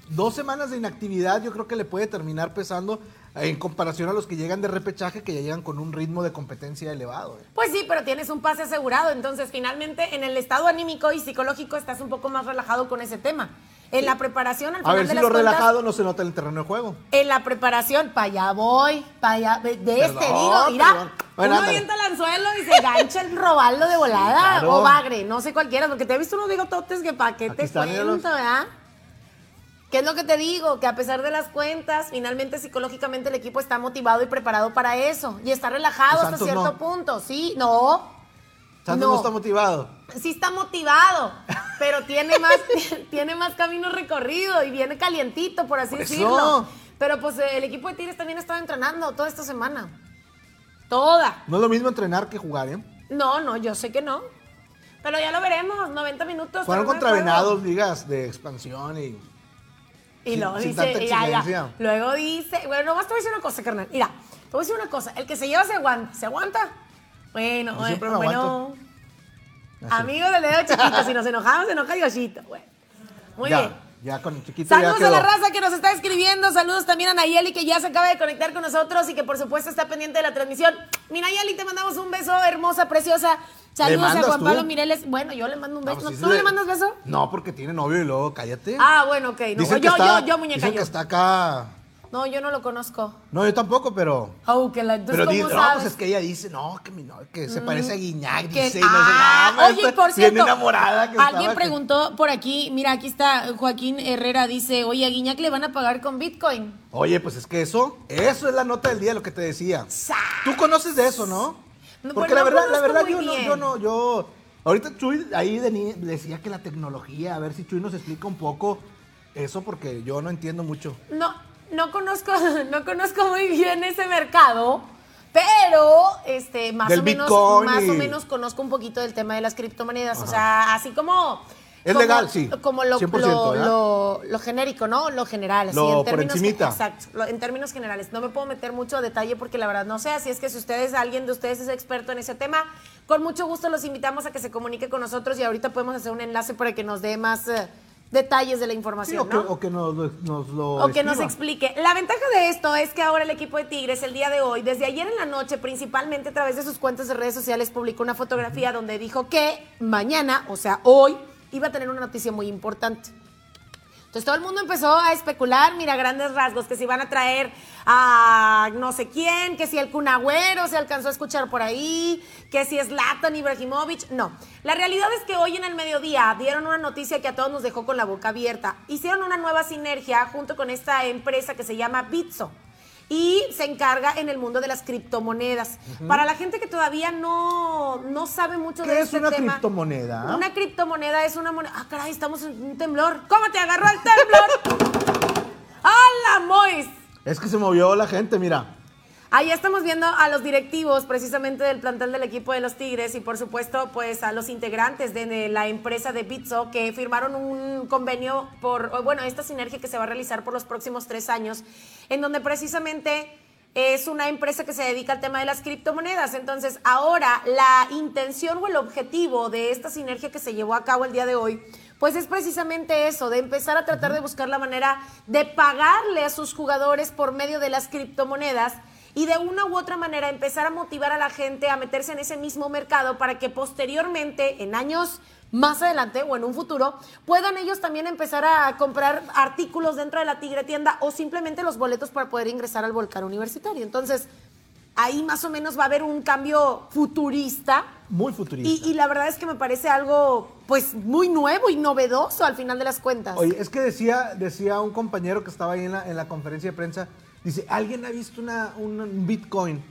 Speaker 1: Dos semanas de inactividad yo creo que le puede terminar pesando eh, en comparación a los que llegan de repechaje que ya llegan con un ritmo de competencia elevado. ¿eh?
Speaker 2: Pues sí, pero tienes un pase asegurado, entonces finalmente en el estado anímico y psicológico estás un poco más relajado con ese tema. En la preparación al final
Speaker 1: A ver
Speaker 2: de
Speaker 1: si
Speaker 2: las
Speaker 1: lo
Speaker 2: cuentas,
Speaker 1: relajado no se nota en el terreno de juego.
Speaker 2: En la preparación, para allá voy, para allá, de este
Speaker 1: Perdón,
Speaker 2: digo, mira,
Speaker 1: perdón. Bueno,
Speaker 2: uno
Speaker 1: ándale.
Speaker 2: avienta el anzuelo y se gancha el robaldo de volada,
Speaker 1: claro.
Speaker 2: o bagre, no sé cualquiera, porque te he visto unos bigototes que para qué
Speaker 1: Aquí
Speaker 2: te
Speaker 1: están,
Speaker 2: cuento,
Speaker 1: míralos.
Speaker 2: ¿verdad? ¿Qué es lo que te digo? Que a pesar de las cuentas, finalmente psicológicamente el equipo está motivado y preparado para eso, y está relajado
Speaker 1: Y
Speaker 2: hasta
Speaker 1: Santos
Speaker 2: cierto
Speaker 1: no.
Speaker 2: punto, ¿sí? No,
Speaker 1: Santos
Speaker 2: No.
Speaker 1: no está motivado.
Speaker 2: sí está motivado, pero tiene más, tiene más camino recorrido y viene calientito, por así
Speaker 1: Por eso.
Speaker 2: decirlo. Pero pues el equipo de Tigres también estaba entrenando toda esta semana. Toda.
Speaker 1: No es lo mismo entrenar que jugar, ¿eh?
Speaker 2: No, no, yo sé que no. Pero ya lo veremos, 90 minutos. terreno
Speaker 1: Fueron
Speaker 2: de
Speaker 1: contra
Speaker 2: juego.
Speaker 1: venados, ligas de expansión y.
Speaker 2: Y
Speaker 1: Sin-
Speaker 2: luego
Speaker 1: sin
Speaker 2: dice,
Speaker 1: tanta
Speaker 2: mira, ya.
Speaker 1: exigencia.
Speaker 2: Luego dice, bueno, nomás te voy a decir una cosa, carnal. Mira, te voy a decir una cosa. El que se lleva se aguanta. ¿Se aguanta? Bueno,
Speaker 1: Yo
Speaker 2: bueno,
Speaker 1: siempre me
Speaker 2: bueno.
Speaker 1: aguanto.
Speaker 2: Amigos del dedo chiquito, si nos enojamos, se enoja Diosito. Bueno. Muy
Speaker 1: ya,
Speaker 2: bien.
Speaker 1: Ya con el chiquito.
Speaker 2: Saludos
Speaker 1: ya
Speaker 2: a la
Speaker 1: quedó.
Speaker 2: raza que nos está escribiendo. Saludos también a Nayeli, que ya se acaba de conectar con nosotros y que por supuesto está pendiente de la transmisión. Mi Nayeli, te mandamos un beso hermosa, preciosa. Saludos a
Speaker 1: mandas
Speaker 2: Juan
Speaker 1: tú?
Speaker 2: Pablo Mireles. Bueno, yo le mando un
Speaker 1: No,
Speaker 2: beso.
Speaker 1: pues
Speaker 2: ¿No-
Speaker 1: sí se
Speaker 2: ¿Tú le mandas beso?
Speaker 1: No, porque tiene novio y luego cállate.
Speaker 2: Ah, bueno, ok. No, yo,
Speaker 1: Dicen que está-
Speaker 2: yo, yo, muñeca,
Speaker 1: Dicen
Speaker 2: yo.
Speaker 1: que está acá.
Speaker 2: No, yo no lo conozco.
Speaker 1: No, yo tampoco, pero.
Speaker 2: Oh, que la, entonces,
Speaker 1: Pero
Speaker 2: ¿cómo
Speaker 1: dice, no,
Speaker 2: sabes? Mm.
Speaker 1: pues es que ella dice, no, que mi novio, que se parece a Guiñac,
Speaker 2: Que-
Speaker 1: dice, y no sé
Speaker 2: Ah,
Speaker 1: nada. pues,
Speaker 2: oye, por
Speaker 1: bien
Speaker 2: cierto,
Speaker 1: enamorada que estaba,
Speaker 2: alguien
Speaker 1: que-
Speaker 2: preguntó por aquí, mira, aquí está Joaquín Herrera, dice, oye, a Guiñac le van a pagar con Bitcoin.
Speaker 1: Oye, pues es que eso, eso es la nota del día, lo que te decía.
Speaker 2: Sa-
Speaker 1: Tú conoces de eso, ¿no?
Speaker 2: No,
Speaker 1: Porque
Speaker 2: pues
Speaker 1: la
Speaker 2: no
Speaker 1: verdad, la
Speaker 2: conozco
Speaker 1: verdad,
Speaker 2: muy
Speaker 1: yo no,
Speaker 2: bien.
Speaker 1: yo no, yo. Ahorita Chuy ahí de ni- decía que la tecnología, a ver si Chuy nos explica un poco eso, porque yo no entiendo mucho.
Speaker 2: No, no conozco, no conozco muy bien ese mercado, pero este, más
Speaker 1: Del
Speaker 2: o menos,
Speaker 1: Bitcoin
Speaker 2: más o
Speaker 1: y-
Speaker 2: menos conozco un poquito del tema de las criptomonedas. O sea, así como.
Speaker 1: Es
Speaker 2: como-
Speaker 1: legal, sí.
Speaker 2: Como lo,
Speaker 1: 100%,
Speaker 2: lo,
Speaker 1: ¿verdad?
Speaker 2: lo- lo genérico, ¿no? Lo general. así,
Speaker 1: Lo
Speaker 2: en
Speaker 1: por
Speaker 2: términos,
Speaker 1: encimita.
Speaker 2: Exacto. lo- en términos generales. No me puedo meter mucho a detalle porque la verdad no sé. Así es que si ustedes, alguien de ustedes es experto en ese tema, con mucho gusto los invitamos a que se comunique con nosotros y ahorita podemos hacer un enlace para que nos dé más eh, detalles de la
Speaker 1: Sí,
Speaker 2: información.
Speaker 1: o, que,
Speaker 2: ¿no?
Speaker 1: o que nos, lo- nos lo.
Speaker 2: O que nos
Speaker 1: escriba.
Speaker 2: explique. La ventaja de esto es que ahora el equipo de Tigres, el día de hoy, desde ayer en la noche, principalmente a través de sus cuentas de redes sociales, publicó una fotografía donde dijo que mañana, o sea, hoy, iba a tener una noticia muy importante. Entonces todo el mundo empezó a especular, mira, grandes rasgos, que si van a traer a no sé quién, que si el Cunagüero se alcanzó a escuchar por ahí, que si es Latan Ibrahimovic. No, la realidad es que hoy en el mediodía dieron una noticia que a todos nos dejó con la boca abierta. Hicieron una nueva sinergia junto con esta empresa que se llama Bitso y se encarga en el mundo de las criptomonedas. Para la gente que todavía no, no sabe mucho
Speaker 1: ¿Qué
Speaker 2: de
Speaker 1: es
Speaker 2: este
Speaker 1: una
Speaker 2: tema,
Speaker 1: criptomoneda?
Speaker 2: Una criptomoneda es una moneda. Ah, caray, estamos en un temblor. ¿Cómo te agarró el temblor? ¡Hola, Mois!
Speaker 1: Es que se movió la gente, mira.
Speaker 2: Ahí estamos viendo a los directivos precisamente del plantel del equipo de los Tigres y por supuesto pues a los integrantes de- de la empresa de Bitso que firmaron un convenio por, o, bueno, esta sinergia que se va a realizar por los próximos tres años en donde precisamente es una empresa que se dedica al tema de las criptomonedas. Entonces ahora la intención o el objetivo de esta sinergia que se llevó a cabo el día de hoy pues es precisamente eso, de empezar a tratar de buscar la manera de pagarle a sus jugadores por medio de las criptomonedas y de una u otra manera empezar a motivar a la gente a meterse en ese mismo mercado para que posteriormente, en años más adelante o en un futuro, puedan ellos también empezar a comprar artículos dentro de la Tigre Tienda o simplemente los boletos para poder ingresar al Volcán Universitario. Entonces, ahí más o menos va a haber un cambio futurista
Speaker 1: Muy
Speaker 2: y,
Speaker 1: futurista.
Speaker 2: y la verdad es que me parece algo, pues, muy nuevo y novedoso al final de las cuentas.
Speaker 1: Oye, es que decía, decía un compañero que estaba ahí en la, en la conferencia de prensa, dice, ¿alguien ha visto una, un Bitcoin?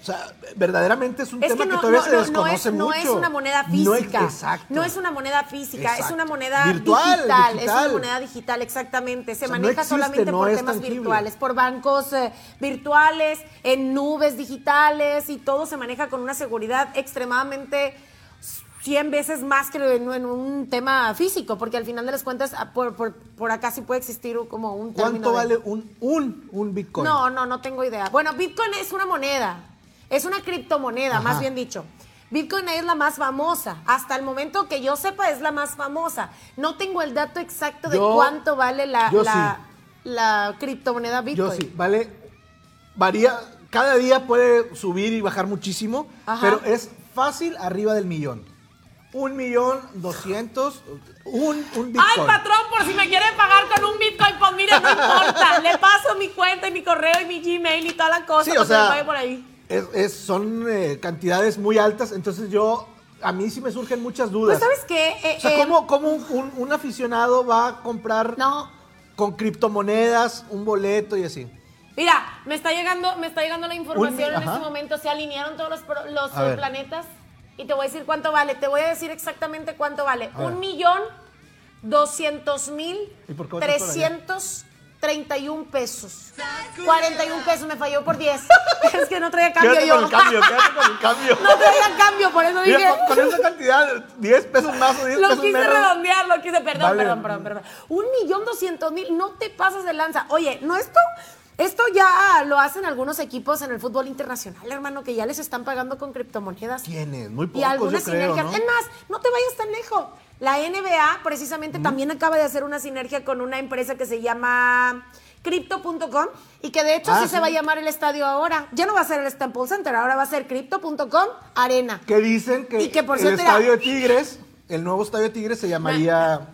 Speaker 1: O sea, verdaderamente es un
Speaker 2: es
Speaker 1: tema
Speaker 2: que
Speaker 1: que,
Speaker 2: no,
Speaker 1: todavía
Speaker 2: no-
Speaker 1: se
Speaker 2: no- no es,
Speaker 1: desconoce
Speaker 2: no
Speaker 1: mucho.
Speaker 2: es una moneda
Speaker 1: No es-
Speaker 2: física.
Speaker 1: exacto.
Speaker 2: No es una moneda física, es
Speaker 1: Exacto.
Speaker 2: una moneda
Speaker 1: Virtual,
Speaker 2: digital, Es
Speaker 1: digital.
Speaker 2: una moneda digital, exactamente. Se
Speaker 1: O sea, no
Speaker 2: maneja
Speaker 1: existe,
Speaker 2: solamente
Speaker 1: no
Speaker 2: por
Speaker 1: es
Speaker 2: temas
Speaker 1: tangible.
Speaker 2: virtuales, por bancos eh, virtuales, en nubes digitales y todo se maneja con una seguridad extremadamente 100 veces más que en, en un tema físico, porque al final de las cuentas, ah, por, por- por acá sí puede existir como un término
Speaker 1: ¿Cuánto
Speaker 2: de-
Speaker 1: vale un, un, un Bitcoin?
Speaker 2: no, no, no tengo idea. Bueno, Bitcoin es una moneda. Es una criptomoneda,
Speaker 1: Ajá.
Speaker 2: más bien dicho. Bitcoin es la más famosa. Hasta el momento que yo sepa es la más famosa. No tengo el dato exacto de
Speaker 1: Yo-
Speaker 2: cuánto vale la,
Speaker 1: yo
Speaker 2: la, la criptomoneda Bitcoin.
Speaker 1: Yo sí, vale, varía, cada día puede subir y bajar muchísimo,
Speaker 2: Ajá.
Speaker 1: pero es fácil arriba del millón. Un millón doscientos, un, un Bitcoin.
Speaker 2: Ay, patrón, por si me quieren pagar con un Bitcoin, pues mire, no importa. Le paso mi cuenta y mi correo y mi Gmail y toda la cosa.
Speaker 1: Sí,
Speaker 2: para
Speaker 1: o
Speaker 2: que me
Speaker 1: sea,
Speaker 2: pague por ahí.
Speaker 1: es- es- son eh, cantidades muy altas, entonces yo, a mí sí me surgen muchas dudas.
Speaker 2: Pues, ¿sabes qué? Eh,
Speaker 1: O sea,
Speaker 2: eh,
Speaker 1: ¿cómo, cómo un, un- un aficionado va a comprar
Speaker 2: No,
Speaker 1: con criptomonedas un boleto y así?
Speaker 2: Mira, me está llegando, me está llegando la información
Speaker 1: Un-
Speaker 2: en
Speaker 1: ajá.
Speaker 2: este momento. Se alinearon todos los, pro- los,
Speaker 1: A
Speaker 2: eh,
Speaker 1: ver.
Speaker 2: planetas. y te voy a decir cuánto vale. Te voy a decir exactamente cuánto vale. Un millón doscientos mil
Speaker 1: ¿Y por qué votas por allá?
Speaker 2: trescientos treinta y un pesos. 41 pesos me falló por 10. es que no traía cambio
Speaker 3: Quédate
Speaker 2: yo.
Speaker 3: con el cambio, quédate con el cambio.
Speaker 2: no traía cambio, por eso dije.
Speaker 1: Mira, con, con esa cantidad, 10 pesos más o 10
Speaker 2: Lo
Speaker 1: pesos
Speaker 2: quise
Speaker 1: menos.
Speaker 2: redondear, lo quise, perdón,
Speaker 1: Vale.
Speaker 2: perdón, perdón, perdón. Un millón doscientos mil, no te pasas de lanza. Oye, no esto, esto ya lo hacen algunos equipos en el fútbol internacional, hermano, que ya les están pagando con criptomonedas.
Speaker 1: Tienes, muy pocos,
Speaker 2: Y algunas
Speaker 1: yo creo,
Speaker 2: sinergias.
Speaker 1: ¿no?
Speaker 2: Es más, no te vayas tan lejos. La NBA precisamente también acaba de hacer una sinergia con una empresa que se llama Crypto.com y que de hecho
Speaker 1: Ah,
Speaker 2: sí, se
Speaker 1: sí.
Speaker 2: va a llamar el estadio ahora. Ya no va a ser el Stample Center, ahora va a ser Crypto.com Arena.
Speaker 1: Que dicen que,
Speaker 2: Y que, por
Speaker 1: el
Speaker 2: cierto, era-
Speaker 1: estadio de Tigres, el nuevo estadio de Tigres se llamaría.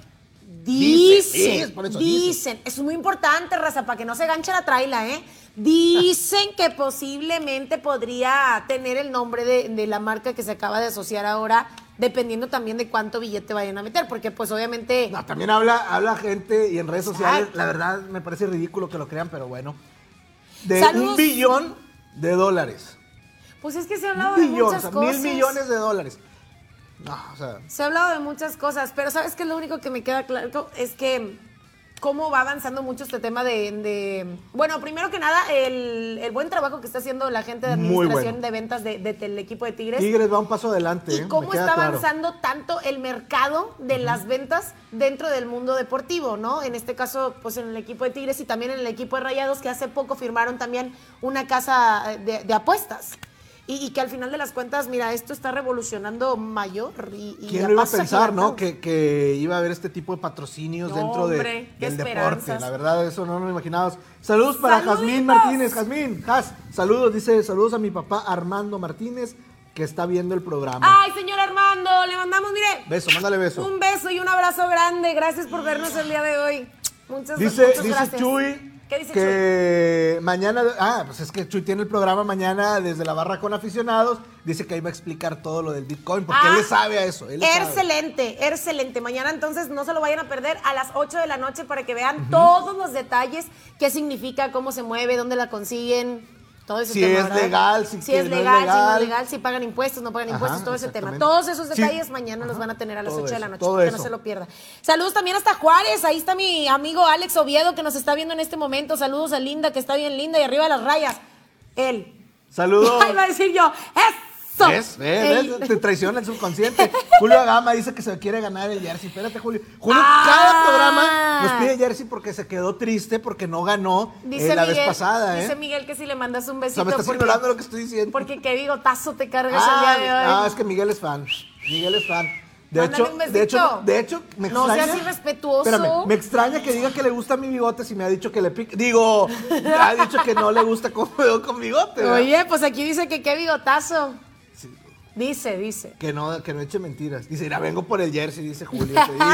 Speaker 1: Dice,
Speaker 2: Dicen,
Speaker 1: es, por eso
Speaker 2: dicen, es muy importante, raza, para que no se ganche la traila, ¿eh? Dicen que posiblemente podría tener el nombre de, de la marca que se acaba de asociar ahora, dependiendo también de cuánto billete vayan a meter, porque pues obviamente...
Speaker 1: No, también habla, habla gente y en redes sociales,
Speaker 2: Exacto.
Speaker 1: la verdad me parece ridículo que lo crean, pero bueno. De
Speaker 2: Saludos.
Speaker 1: un billón de dólares.
Speaker 2: Pues es que se ha
Speaker 1: Un
Speaker 2: hablado de
Speaker 1: billón, o
Speaker 2: muchas
Speaker 1: sea,
Speaker 2: cosas.
Speaker 1: mil millones de dólares. No, o sea.
Speaker 2: Se ha hablado de muchas cosas, pero ¿sabes qué? Lo único que me queda claro es que cómo va avanzando mucho este tema de... de- bueno, primero que nada, el, el buen trabajo que está haciendo la gente de
Speaker 1: Muy bueno.
Speaker 2: administración de ventas de- de- del equipo de Tigres.
Speaker 1: Tigres va un paso adelante.
Speaker 2: y
Speaker 1: ¿eh? Me
Speaker 2: cómo
Speaker 1: queda
Speaker 2: está
Speaker 1: claro.
Speaker 2: avanzando tanto el mercado de las ventas dentro del mundo deportivo, ¿no? En este caso, pues en el equipo de Tigres y también en el equipo de Rayados, que hace poco firmaron también una casa eh, de, de apuestas. Y, y que al final de las cuentas, mira, esto está revolucionando mayor. Y, y
Speaker 1: ¿Quién
Speaker 2: a
Speaker 1: lo iba a
Speaker 2: pasos
Speaker 1: pensar, no?
Speaker 2: agigantados.
Speaker 1: Que, que iba a haber este tipo de patrocinios
Speaker 2: No,
Speaker 1: dentro de-
Speaker 2: hombre, qué
Speaker 1: del deporte.
Speaker 2: esperanzas.
Speaker 1: La verdad, eso no lo imaginabas. Saludos para
Speaker 2: ¡Saluditos!
Speaker 1: Jazmín Martínez. Jazmín, Jaz, saludos. Dice, saludos a mi papá Armando Martínez, que está viendo el programa.
Speaker 2: Ay, señor Armando, le mandamos, mire,
Speaker 1: Beso, mándale beso.
Speaker 2: Ah, un beso y un abrazo grande. Gracias por vernos el día de hoy. Muchas,
Speaker 1: Dice,
Speaker 2: muchas
Speaker 1: dice
Speaker 2: gracias.
Speaker 1: Chuy
Speaker 2: ¿Qué dice Chuy?
Speaker 1: que mañana, ah, pues es que Chuy tiene el programa mañana desde la barra con aficionados. Dice que ahí va a explicar todo lo del Bitcoin, porque
Speaker 2: Ah,
Speaker 1: él le sabe a eso. él le sabe.
Speaker 2: Excelente, excelente. Mañana entonces no se lo vayan a perder a las 8 de la noche para que vean todos los detalles, qué significa, cómo se mueve, dónde la consiguen, todo ese
Speaker 1: Si
Speaker 2: tema.
Speaker 1: es
Speaker 2: ¿verdad?
Speaker 1: legal, si que
Speaker 2: es
Speaker 1: no es
Speaker 2: legal, si no
Speaker 1: legal.
Speaker 2: es legal, si pagan impuestos, no pagan
Speaker 1: Ajá,
Speaker 2: impuestos, todo ese tema.
Speaker 1: exactamente.
Speaker 2: Todos esos
Speaker 1: Sí.
Speaker 2: detalles mañana los van a tener a las
Speaker 1: Todo
Speaker 2: 8 de la
Speaker 1: eso,
Speaker 2: noche,
Speaker 1: todo
Speaker 2: para que no
Speaker 1: eso.
Speaker 2: se lo pierda. Saludos también hasta Juárez, ahí está mi amigo Alex Oviedo que nos está viendo en este momento. Saludos a Linda que está bien linda y arriba de las rayas. Él.
Speaker 1: Saludos.
Speaker 2: Ahí va a decir yo, eso.
Speaker 1: ¿Ves? ¿Ves?
Speaker 2: Él.
Speaker 1: ¿Ves? Te traiciona el subconsciente. Julio Agama dice que se quiere ganar el jersey. Espérate, Julio. Julio,
Speaker 2: Ah.
Speaker 1: cada programa nos pide jersey porque se quedó triste porque no ganó eh,
Speaker 2: Dice
Speaker 1: la
Speaker 2: Miguel,
Speaker 1: vez pasada, ¿eh?
Speaker 2: dice Miguel que si le mandas un
Speaker 1: o
Speaker 2: besito.
Speaker 1: sea, me estás
Speaker 2: porque-
Speaker 1: ignorando lo que estoy diciendo.
Speaker 2: Porque qué bigotazo te cargas
Speaker 1: ah,
Speaker 2: el día de hoy.
Speaker 1: ah, es que Miguel es fan. Miguel es fan. De
Speaker 2: Mándale
Speaker 1: hecho,
Speaker 2: un
Speaker 1: de hecho,
Speaker 2: besito.
Speaker 1: de hecho, me
Speaker 2: No
Speaker 1: extraña.
Speaker 2: seas irrespetuoso.
Speaker 1: Espérame, me extraña que diga que le gusta mi bigote si me ha dicho que le pique. Digo, ha dicho que no le gusta cómo me veo con bigote. ¿verdad?
Speaker 2: Oye, pues aquí dice que qué bigotazo.
Speaker 1: Sí.
Speaker 2: Dice, dice.
Speaker 1: Que no, que no eche mentiras. Dice, mira, vengo por el jersey, dice Julio. te digo.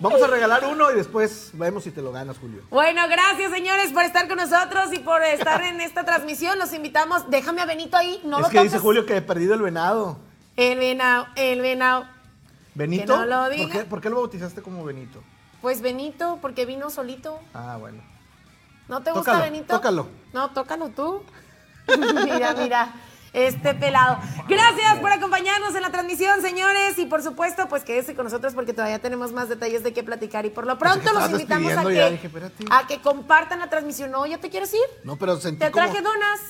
Speaker 1: Vamos a regalar uno y después vemos si te lo ganas, Julio.
Speaker 2: Bueno, gracias señores por estar con nosotros y por estar en esta transmisión. Los invitamos. Déjame a Benito ahí, no
Speaker 1: es
Speaker 2: lo
Speaker 1: que dice
Speaker 2: toques.
Speaker 1: Julio que he perdido el venado.
Speaker 2: El venado, el venado.
Speaker 1: ¿Benito?
Speaker 2: no lo diga.
Speaker 1: ¿Por, qué, por qué lo bautizaste como Benito?
Speaker 2: Pues Benito, porque vino solito.
Speaker 1: Ah, bueno.
Speaker 2: ¿No te
Speaker 1: Tócalo,
Speaker 2: gusta Benito?
Speaker 1: tócalo.
Speaker 2: No, tócalo tú. mira, mira. Este pelado. Gracias por acompañarnos en la transmisión, señores. Y por supuesto, pues quédese con nosotros porque todavía tenemos más detalles de qué platicar. Y por lo
Speaker 1: Pensé que
Speaker 2: pronto los
Speaker 1: estabas
Speaker 2: invitamos a
Speaker 1: despidiendo
Speaker 2: que,
Speaker 1: ya, dije, espérate.
Speaker 2: a que compartan la transmisión. No, ¿ya te quieres ir?
Speaker 1: No, pero sentí
Speaker 2: Te traje
Speaker 1: como...
Speaker 2: donas.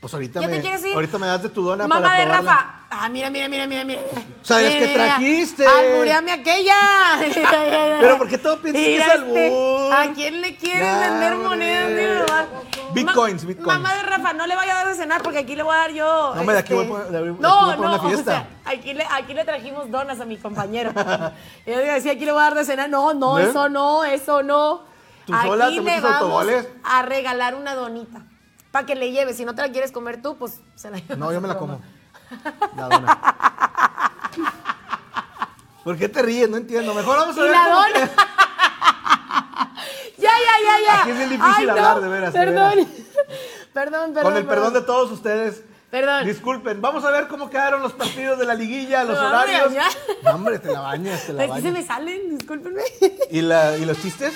Speaker 1: Pues ahorita
Speaker 2: ¿Ya
Speaker 1: me,
Speaker 2: te quieres ir?
Speaker 1: ahorita me das de tu dona
Speaker 2: Mamá
Speaker 1: para
Speaker 2: de
Speaker 1: probarla.
Speaker 2: Rafa. Ah, mira, mira, mira, mira, mira.
Speaker 1: ¿Sabes
Speaker 2: Mira,
Speaker 1: qué
Speaker 2: mira, Ah, mira.
Speaker 1: trajiste?
Speaker 2: Albureame aquella.
Speaker 1: Pero, ¿por qué todo piensas que es
Speaker 2: Mírate,
Speaker 1: albur?
Speaker 2: este, ¿A quién le quieren
Speaker 1: Ya,
Speaker 2: vender
Speaker 1: hombre.
Speaker 2: monedas? de verdad?
Speaker 1: Bitcoins,
Speaker 2: Ma-
Speaker 1: bitcoins.
Speaker 2: Mamá de Rafa, no le vaya a dar de cenar porque aquí le voy a dar yo. este,
Speaker 1: No, hombre, de aquí voy a poner- de aquí voy a
Speaker 2: no,
Speaker 1: poner
Speaker 2: no,
Speaker 1: una fiesta.
Speaker 2: O sea, aquí, le, aquí le trajimos donas a mi compañero. Yo le decía, aquí le voy a dar de cenar. No, no,
Speaker 1: ¿Ve?
Speaker 2: eso no, eso no.
Speaker 1: ¿Eh? ¿Tú sola
Speaker 2: Aquí
Speaker 1: te
Speaker 2: le
Speaker 1: metes
Speaker 2: vamos
Speaker 1: autogoles?
Speaker 2: a regalar una donita para que le lleves. Si no te la quieres comer tú, pues se la llevas
Speaker 1: No, yo
Speaker 2: a
Speaker 1: me la
Speaker 2: tu
Speaker 1: como.
Speaker 2: mamá.
Speaker 1: La dona. ¿Por qué te ríes? No entiendo. Mejor vamos a
Speaker 2: Y
Speaker 1: ver
Speaker 2: la
Speaker 1: cómo
Speaker 2: dona. ya, ya, ya, ya.
Speaker 1: Aquí es bien difícil hablar, de veras, de
Speaker 2: Perdón.
Speaker 1: veras.
Speaker 2: perdón, perdón.
Speaker 1: Con el perdón de todos ustedes.
Speaker 2: Perdón.
Speaker 1: Disculpen, vamos a ver cómo quedaron los partidos de la liguilla, los
Speaker 2: Me va a
Speaker 1: horarios.
Speaker 2: regañar.
Speaker 1: No, hombre, te la bañas, te la
Speaker 2: Es que se
Speaker 1: bañas.
Speaker 2: me salen, discúlpenme.
Speaker 1: ¿Y, la- ¿Y los chistes?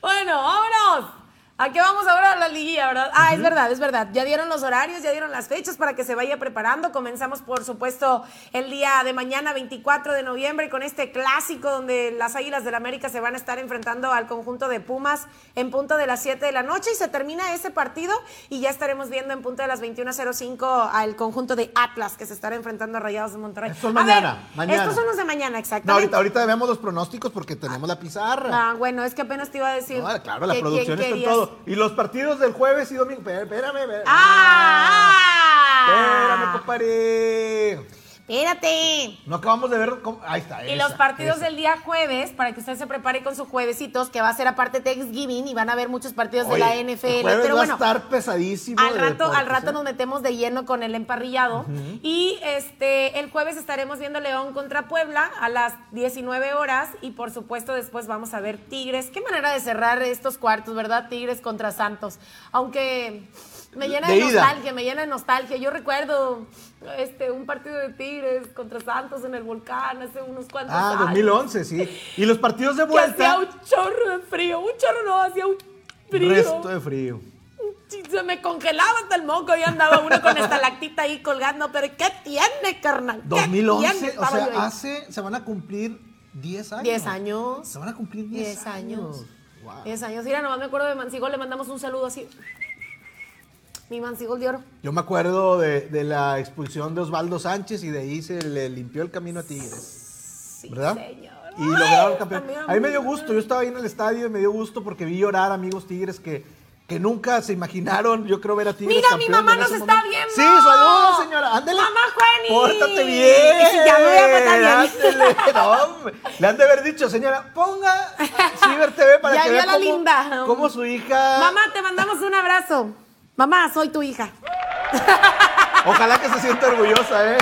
Speaker 2: bueno, vámonos. ¿A qué vamos ahora a la liguilla, verdad? Ah, es verdad, es verdad. Ya dieron los horarios, ya dieron las fechas para que se vaya preparando. Comenzamos, por supuesto, el día de mañana, 24 de noviembre, con este clásico donde las Águilas del América se van a estar enfrentando al conjunto de Pumas en punto de las 7 de la noche y se termina ese partido y ya estaremos viendo en punto de las 21.05 al conjunto de Atlas que se estará enfrentando a Rayados de Monterrey.
Speaker 1: Estos
Speaker 2: A ver,
Speaker 1: mañana, mañana.
Speaker 2: Estos son los de mañana,
Speaker 1: No,
Speaker 2: exactamente.
Speaker 1: ahorita, ahorita vemos los pronósticos porque tenemos la pizarra.
Speaker 2: Ah, bueno, es que apenas te iba a decir.
Speaker 1: No, claro, la
Speaker 2: que quién
Speaker 1: producción está en
Speaker 2: querías.
Speaker 1: todo. Y los partidos del jueves y domingo. Espérame, espérame. espérame. Espérame,
Speaker 2: ¡Ah!
Speaker 1: compadre.
Speaker 2: Espérate.
Speaker 1: No acabamos de ver. cómo- Ahí está.
Speaker 2: Y los partidos del día jueves, para que usted se prepare con sus juevesitos, que va a ser aparte Thanksgiving y van a haber muchos partidos de la NFL. Pero
Speaker 1: va a
Speaker 2: bueno,
Speaker 1: estar pesadísimo.
Speaker 2: al
Speaker 1: de
Speaker 2: rato, al
Speaker 1: deportes,
Speaker 2: rato
Speaker 1: ¿eh?
Speaker 2: nos metemos de lleno con el emparrillado. Y este el jueves estaremos viendo León contra Puebla a las 19 horas. Y por supuesto, después vamos a ver Tigres. Qué manera de cerrar estos cuartos, ¿verdad? Tigres contra Santos. Aunque me llena de,
Speaker 1: De ida.
Speaker 2: nostalgia, me llena de nostalgia. Yo recuerdo este un partido de Tigres contra Santos en el volcán hace unos cuantos
Speaker 1: Ah,
Speaker 2: años.
Speaker 1: 2011, sí. Y los partidos de
Speaker 2: Que hacía
Speaker 1: vuelta.
Speaker 2: un chorro de frío. Un chorro no, hacía un frío.
Speaker 1: Resto de frío.
Speaker 2: Sí, Se me congelaba hasta el moco y andaba uno con estalactita ahí colgando. Pero ¿qué tiene, carnal? ¿Qué
Speaker 1: 2011,
Speaker 2: tiene?
Speaker 1: o
Speaker 2: Estaba yo ahí.
Speaker 1: sea, hace, se van a cumplir 10 años.
Speaker 2: 10 años.
Speaker 1: Se van a cumplir 10,
Speaker 2: 10 años.
Speaker 1: años. Guau.
Speaker 2: 10 años. Mira, nomás me acuerdo de Mansigol, le mandamos un saludo así. Mi Mansigol de oro.
Speaker 1: Yo me acuerdo de, de la expulsión de Osvaldo Sánchez y de ahí se le limpió el camino a Tigres,
Speaker 2: Sí,
Speaker 1: ¿verdad?
Speaker 2: señor.
Speaker 1: Y lograron
Speaker 2: Ay,
Speaker 1: campeón.
Speaker 2: también.
Speaker 1: A mí me dio gusto, yo estaba ahí en el estadio y me dio gusto porque vi llorar amigos Tigres que, que nunca se imaginaron, yo creo, ver a Tigres
Speaker 2: Mira, mi
Speaker 1: campeón
Speaker 2: mamá
Speaker 1: en
Speaker 2: nos
Speaker 1: ese
Speaker 2: está
Speaker 1: momento.
Speaker 2: viendo.
Speaker 1: Sí, saludos, señora. Ándele.
Speaker 2: Mamá Juani.
Speaker 1: Pórtate bien.
Speaker 2: Sí, ya me pues, voy a portar bien.
Speaker 1: Ándele. No, hombre. le han de haber dicho, señora, ponga Ciber TV para
Speaker 2: Ya
Speaker 1: que
Speaker 2: vio
Speaker 1: vea
Speaker 2: a la
Speaker 1: cómo,
Speaker 2: linda.
Speaker 1: cómo su hija...
Speaker 2: Mamá, te mandamos un abrazo. Mamá, soy tu hija.
Speaker 1: Ojalá que se sienta orgullosa, ¿eh?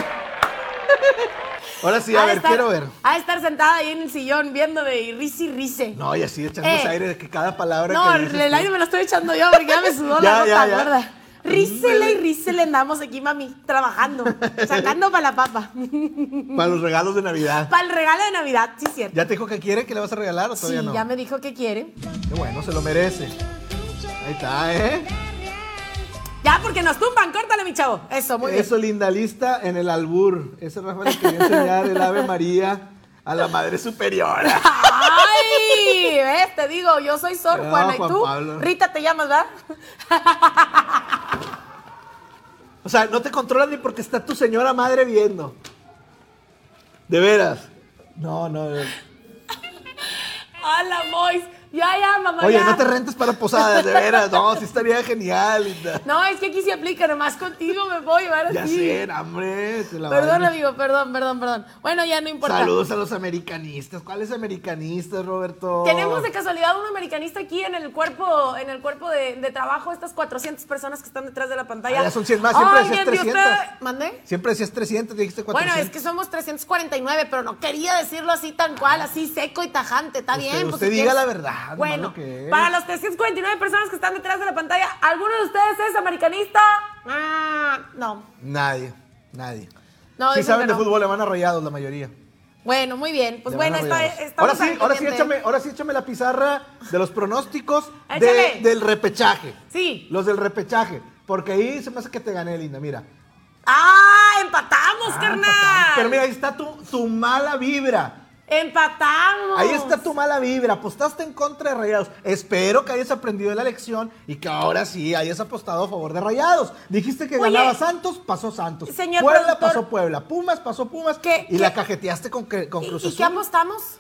Speaker 1: Ahora sí,
Speaker 2: Ha
Speaker 1: a
Speaker 2: de
Speaker 1: ver,
Speaker 2: estar-
Speaker 1: quiero ver.
Speaker 2: Ha de estar sentada ahí en el sillón viéndome y risa y risa.
Speaker 1: No, y así echándose
Speaker 2: Eh.
Speaker 1: aire de que cada palabra
Speaker 2: No,
Speaker 1: que dices
Speaker 2: el
Speaker 1: tú.
Speaker 2: aire me lo estoy echando yo porque ya me sudó la
Speaker 1: Ya,
Speaker 2: gota
Speaker 1: ya, ya.
Speaker 2: gorda. Rísele y rísele andamos aquí, mami, trabajando, sacando para la papa,
Speaker 1: Para los regalos de Navidad.
Speaker 2: para el regalo de Navidad, sí, cierto.
Speaker 1: ¿Ya te dijo que quiere que le vas a regalar o todavía
Speaker 2: sí,
Speaker 1: no?
Speaker 2: ya me dijo que quiere.
Speaker 1: Qué bueno, se lo merece. Ahí está, ¿eh?
Speaker 2: Ya, porque nos tumban, córtale, mi chavo. Eso, muy bien.
Speaker 1: Eso, linda lista en el albur. Ese Rafa le quería enseñar el Ave María a la Madre Superiora.
Speaker 2: ¡Ay! ¿Ves? Te digo, yo soy Sor
Speaker 1: No,
Speaker 2: Juana, ¿y
Speaker 1: Juan
Speaker 2: tú?
Speaker 1: Pablo.
Speaker 2: Rita te llamas, ¿verdad?
Speaker 1: O sea, no te controlas ni porque está tu señora madre viendo. De veras. No, no, no.
Speaker 2: ¡Hala, Mois! Ya, ya, mamá,
Speaker 1: Oye,
Speaker 2: ya.
Speaker 1: no te rentes para posadas, de veras. No, sí estaría genial. linda.
Speaker 2: No, es que aquí se aplica, nomás contigo me voy, ¿verdad?
Speaker 1: Ya
Speaker 2: Sí.
Speaker 1: sé, hombre. te la
Speaker 2: Perdón,
Speaker 1: baño.
Speaker 2: amigo, perdón, perdón, perdón. Bueno, ya no importa.
Speaker 1: Saludos a los americanistas. ¿Cuáles americanistas, Roberto?
Speaker 2: Tenemos de casualidad un americanista aquí en el cuerpo, en el cuerpo de, de trabajo, estas 400 personas que están detrás de la pantalla.
Speaker 1: Ah, ya son 100 más, siempre
Speaker 2: Ay,
Speaker 1: decías
Speaker 2: ¿de usted?
Speaker 1: 300.
Speaker 2: ¿Mandé?
Speaker 1: Siempre decías 300, dijiste 400.
Speaker 2: Bueno, es que somos 349, pero no quería decirlo así tan cual, así seco y tajante, está
Speaker 1: Usted-
Speaker 2: bien. pues,
Speaker 1: usted
Speaker 2: si
Speaker 1: diga
Speaker 2: quieres-
Speaker 1: la verdad, nomás
Speaker 2: Bueno,
Speaker 1: lo que es.
Speaker 2: para los 349 personas que están detrás de la pantalla, ¿alguno de ustedes es americanista? Ah, no.
Speaker 1: Nadie, nadie.
Speaker 2: No,
Speaker 1: si
Speaker 2: dicen
Speaker 1: saben
Speaker 2: que
Speaker 1: de
Speaker 2: no.
Speaker 1: fútbol, le van a rayados la mayoría.
Speaker 2: Bueno, muy bien. Pues
Speaker 1: Le
Speaker 2: bueno,
Speaker 1: van a
Speaker 2: está,
Speaker 1: Rayados.
Speaker 2: estamos
Speaker 1: ahora sí,
Speaker 2: al
Speaker 1: ahora sí,
Speaker 2: pendiente.
Speaker 1: échame, ahora sí échame la pizarra de los pronósticos de-
Speaker 2: Échale.
Speaker 1: del repechaje.
Speaker 2: Sí.
Speaker 1: Los del repechaje. Porque ahí se me hace que te gané, linda, mira.
Speaker 2: ¡Ah! ¡Empatamos,
Speaker 1: Ah,
Speaker 2: carnal!
Speaker 1: patán. Pero mira, ahí está tu, tu mala vibra.
Speaker 2: ¡Empatamos!
Speaker 1: Ahí está tu mala vibra. Apostaste en contra de Rayados. Espero que hayas aprendido de la lección y que ahora sí hayas apostado a favor de Rayados. Dijiste que
Speaker 2: Oye.
Speaker 1: ganaba Santos, pasó Santos.
Speaker 2: Señor
Speaker 1: Puebla
Speaker 2: productor.
Speaker 1: pasó Puebla. Pumas pasó Pumas.
Speaker 2: ¿Qué-
Speaker 1: y
Speaker 2: qué-
Speaker 1: la cajeteaste con, que- con
Speaker 2: ¿Y-
Speaker 1: Cruz
Speaker 2: ¿Y,
Speaker 1: Azul.
Speaker 2: qué apostamos?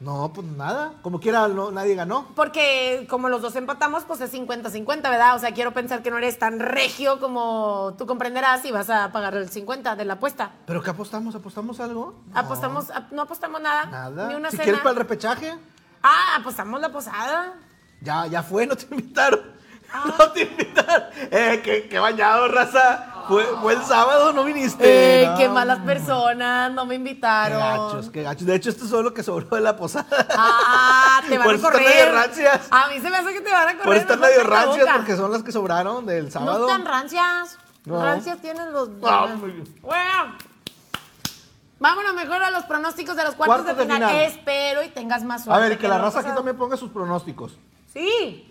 Speaker 1: No, pues nada. Como quiera, no, nadie ganó.
Speaker 2: Porque como los dos empatamos, pues es 50-50, ¿verdad? O sea, quiero pensar que no eres tan regio como tú comprenderás y vas a pagar el 50 de la apuesta.
Speaker 1: ¿Pero qué apostamos? ¿Apostamos algo? No,
Speaker 2: Apostamos, ap- no apostamos nada.
Speaker 1: Nada.
Speaker 2: Ni una
Speaker 1: si
Speaker 2: cena.
Speaker 1: quieres para el repechaje,
Speaker 2: Ah, apostamos la posada.
Speaker 1: ya, ya fue, no te invitaron.
Speaker 2: Ah.
Speaker 1: No te invitaron. Eh, qué, qué bañado, raza. Fue, fue el sábado, no viniste.
Speaker 2: Eh,
Speaker 1: No,
Speaker 2: qué malas personas, no me invitaron.
Speaker 1: Qué gachos, qué gachos. De hecho, esto es solo lo que sobró de la posada.
Speaker 2: Ah, te van
Speaker 1: Por
Speaker 2: a
Speaker 1: eso están
Speaker 2: correr.
Speaker 1: medio rancias.
Speaker 2: A mí se me hace que te van a correr.
Speaker 1: Por estar
Speaker 2: mejor
Speaker 1: medio
Speaker 2: saca la
Speaker 1: rancias,
Speaker 2: boca.
Speaker 1: porque son las que sobraron del
Speaker 2: No
Speaker 1: sábado.
Speaker 2: están rancias.
Speaker 1: No.
Speaker 2: Rancias tienen los.
Speaker 1: Ah, muy bien.
Speaker 2: Bueno. Vámonos mejor a los pronósticos de los cuartos, de, final. Espero y tengas más
Speaker 1: A
Speaker 2: suerte.
Speaker 1: ver, que la
Speaker 2: no
Speaker 1: raza
Speaker 2: pasa-
Speaker 1: aquí también ponga sus pronósticos.
Speaker 2: Sí.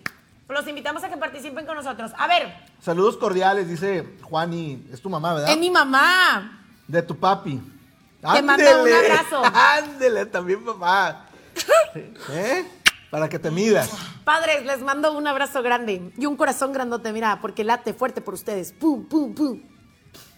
Speaker 2: Los invitamos a que participen con nosotros. A ver,
Speaker 1: Saludos cordiales, dice Juani. Es tu mamá, ¿verdad?
Speaker 2: es mi mamá.
Speaker 1: De tu papi.
Speaker 2: Te manda un
Speaker 1: Ándele,
Speaker 2: abrazo.
Speaker 1: Ándele, también papá. ¿Eh? Para que te midas.
Speaker 2: Padres, les mando un abrazo grande y un corazón grandote, mira, porque late fuerte por ustedes. Pum, pum, pum.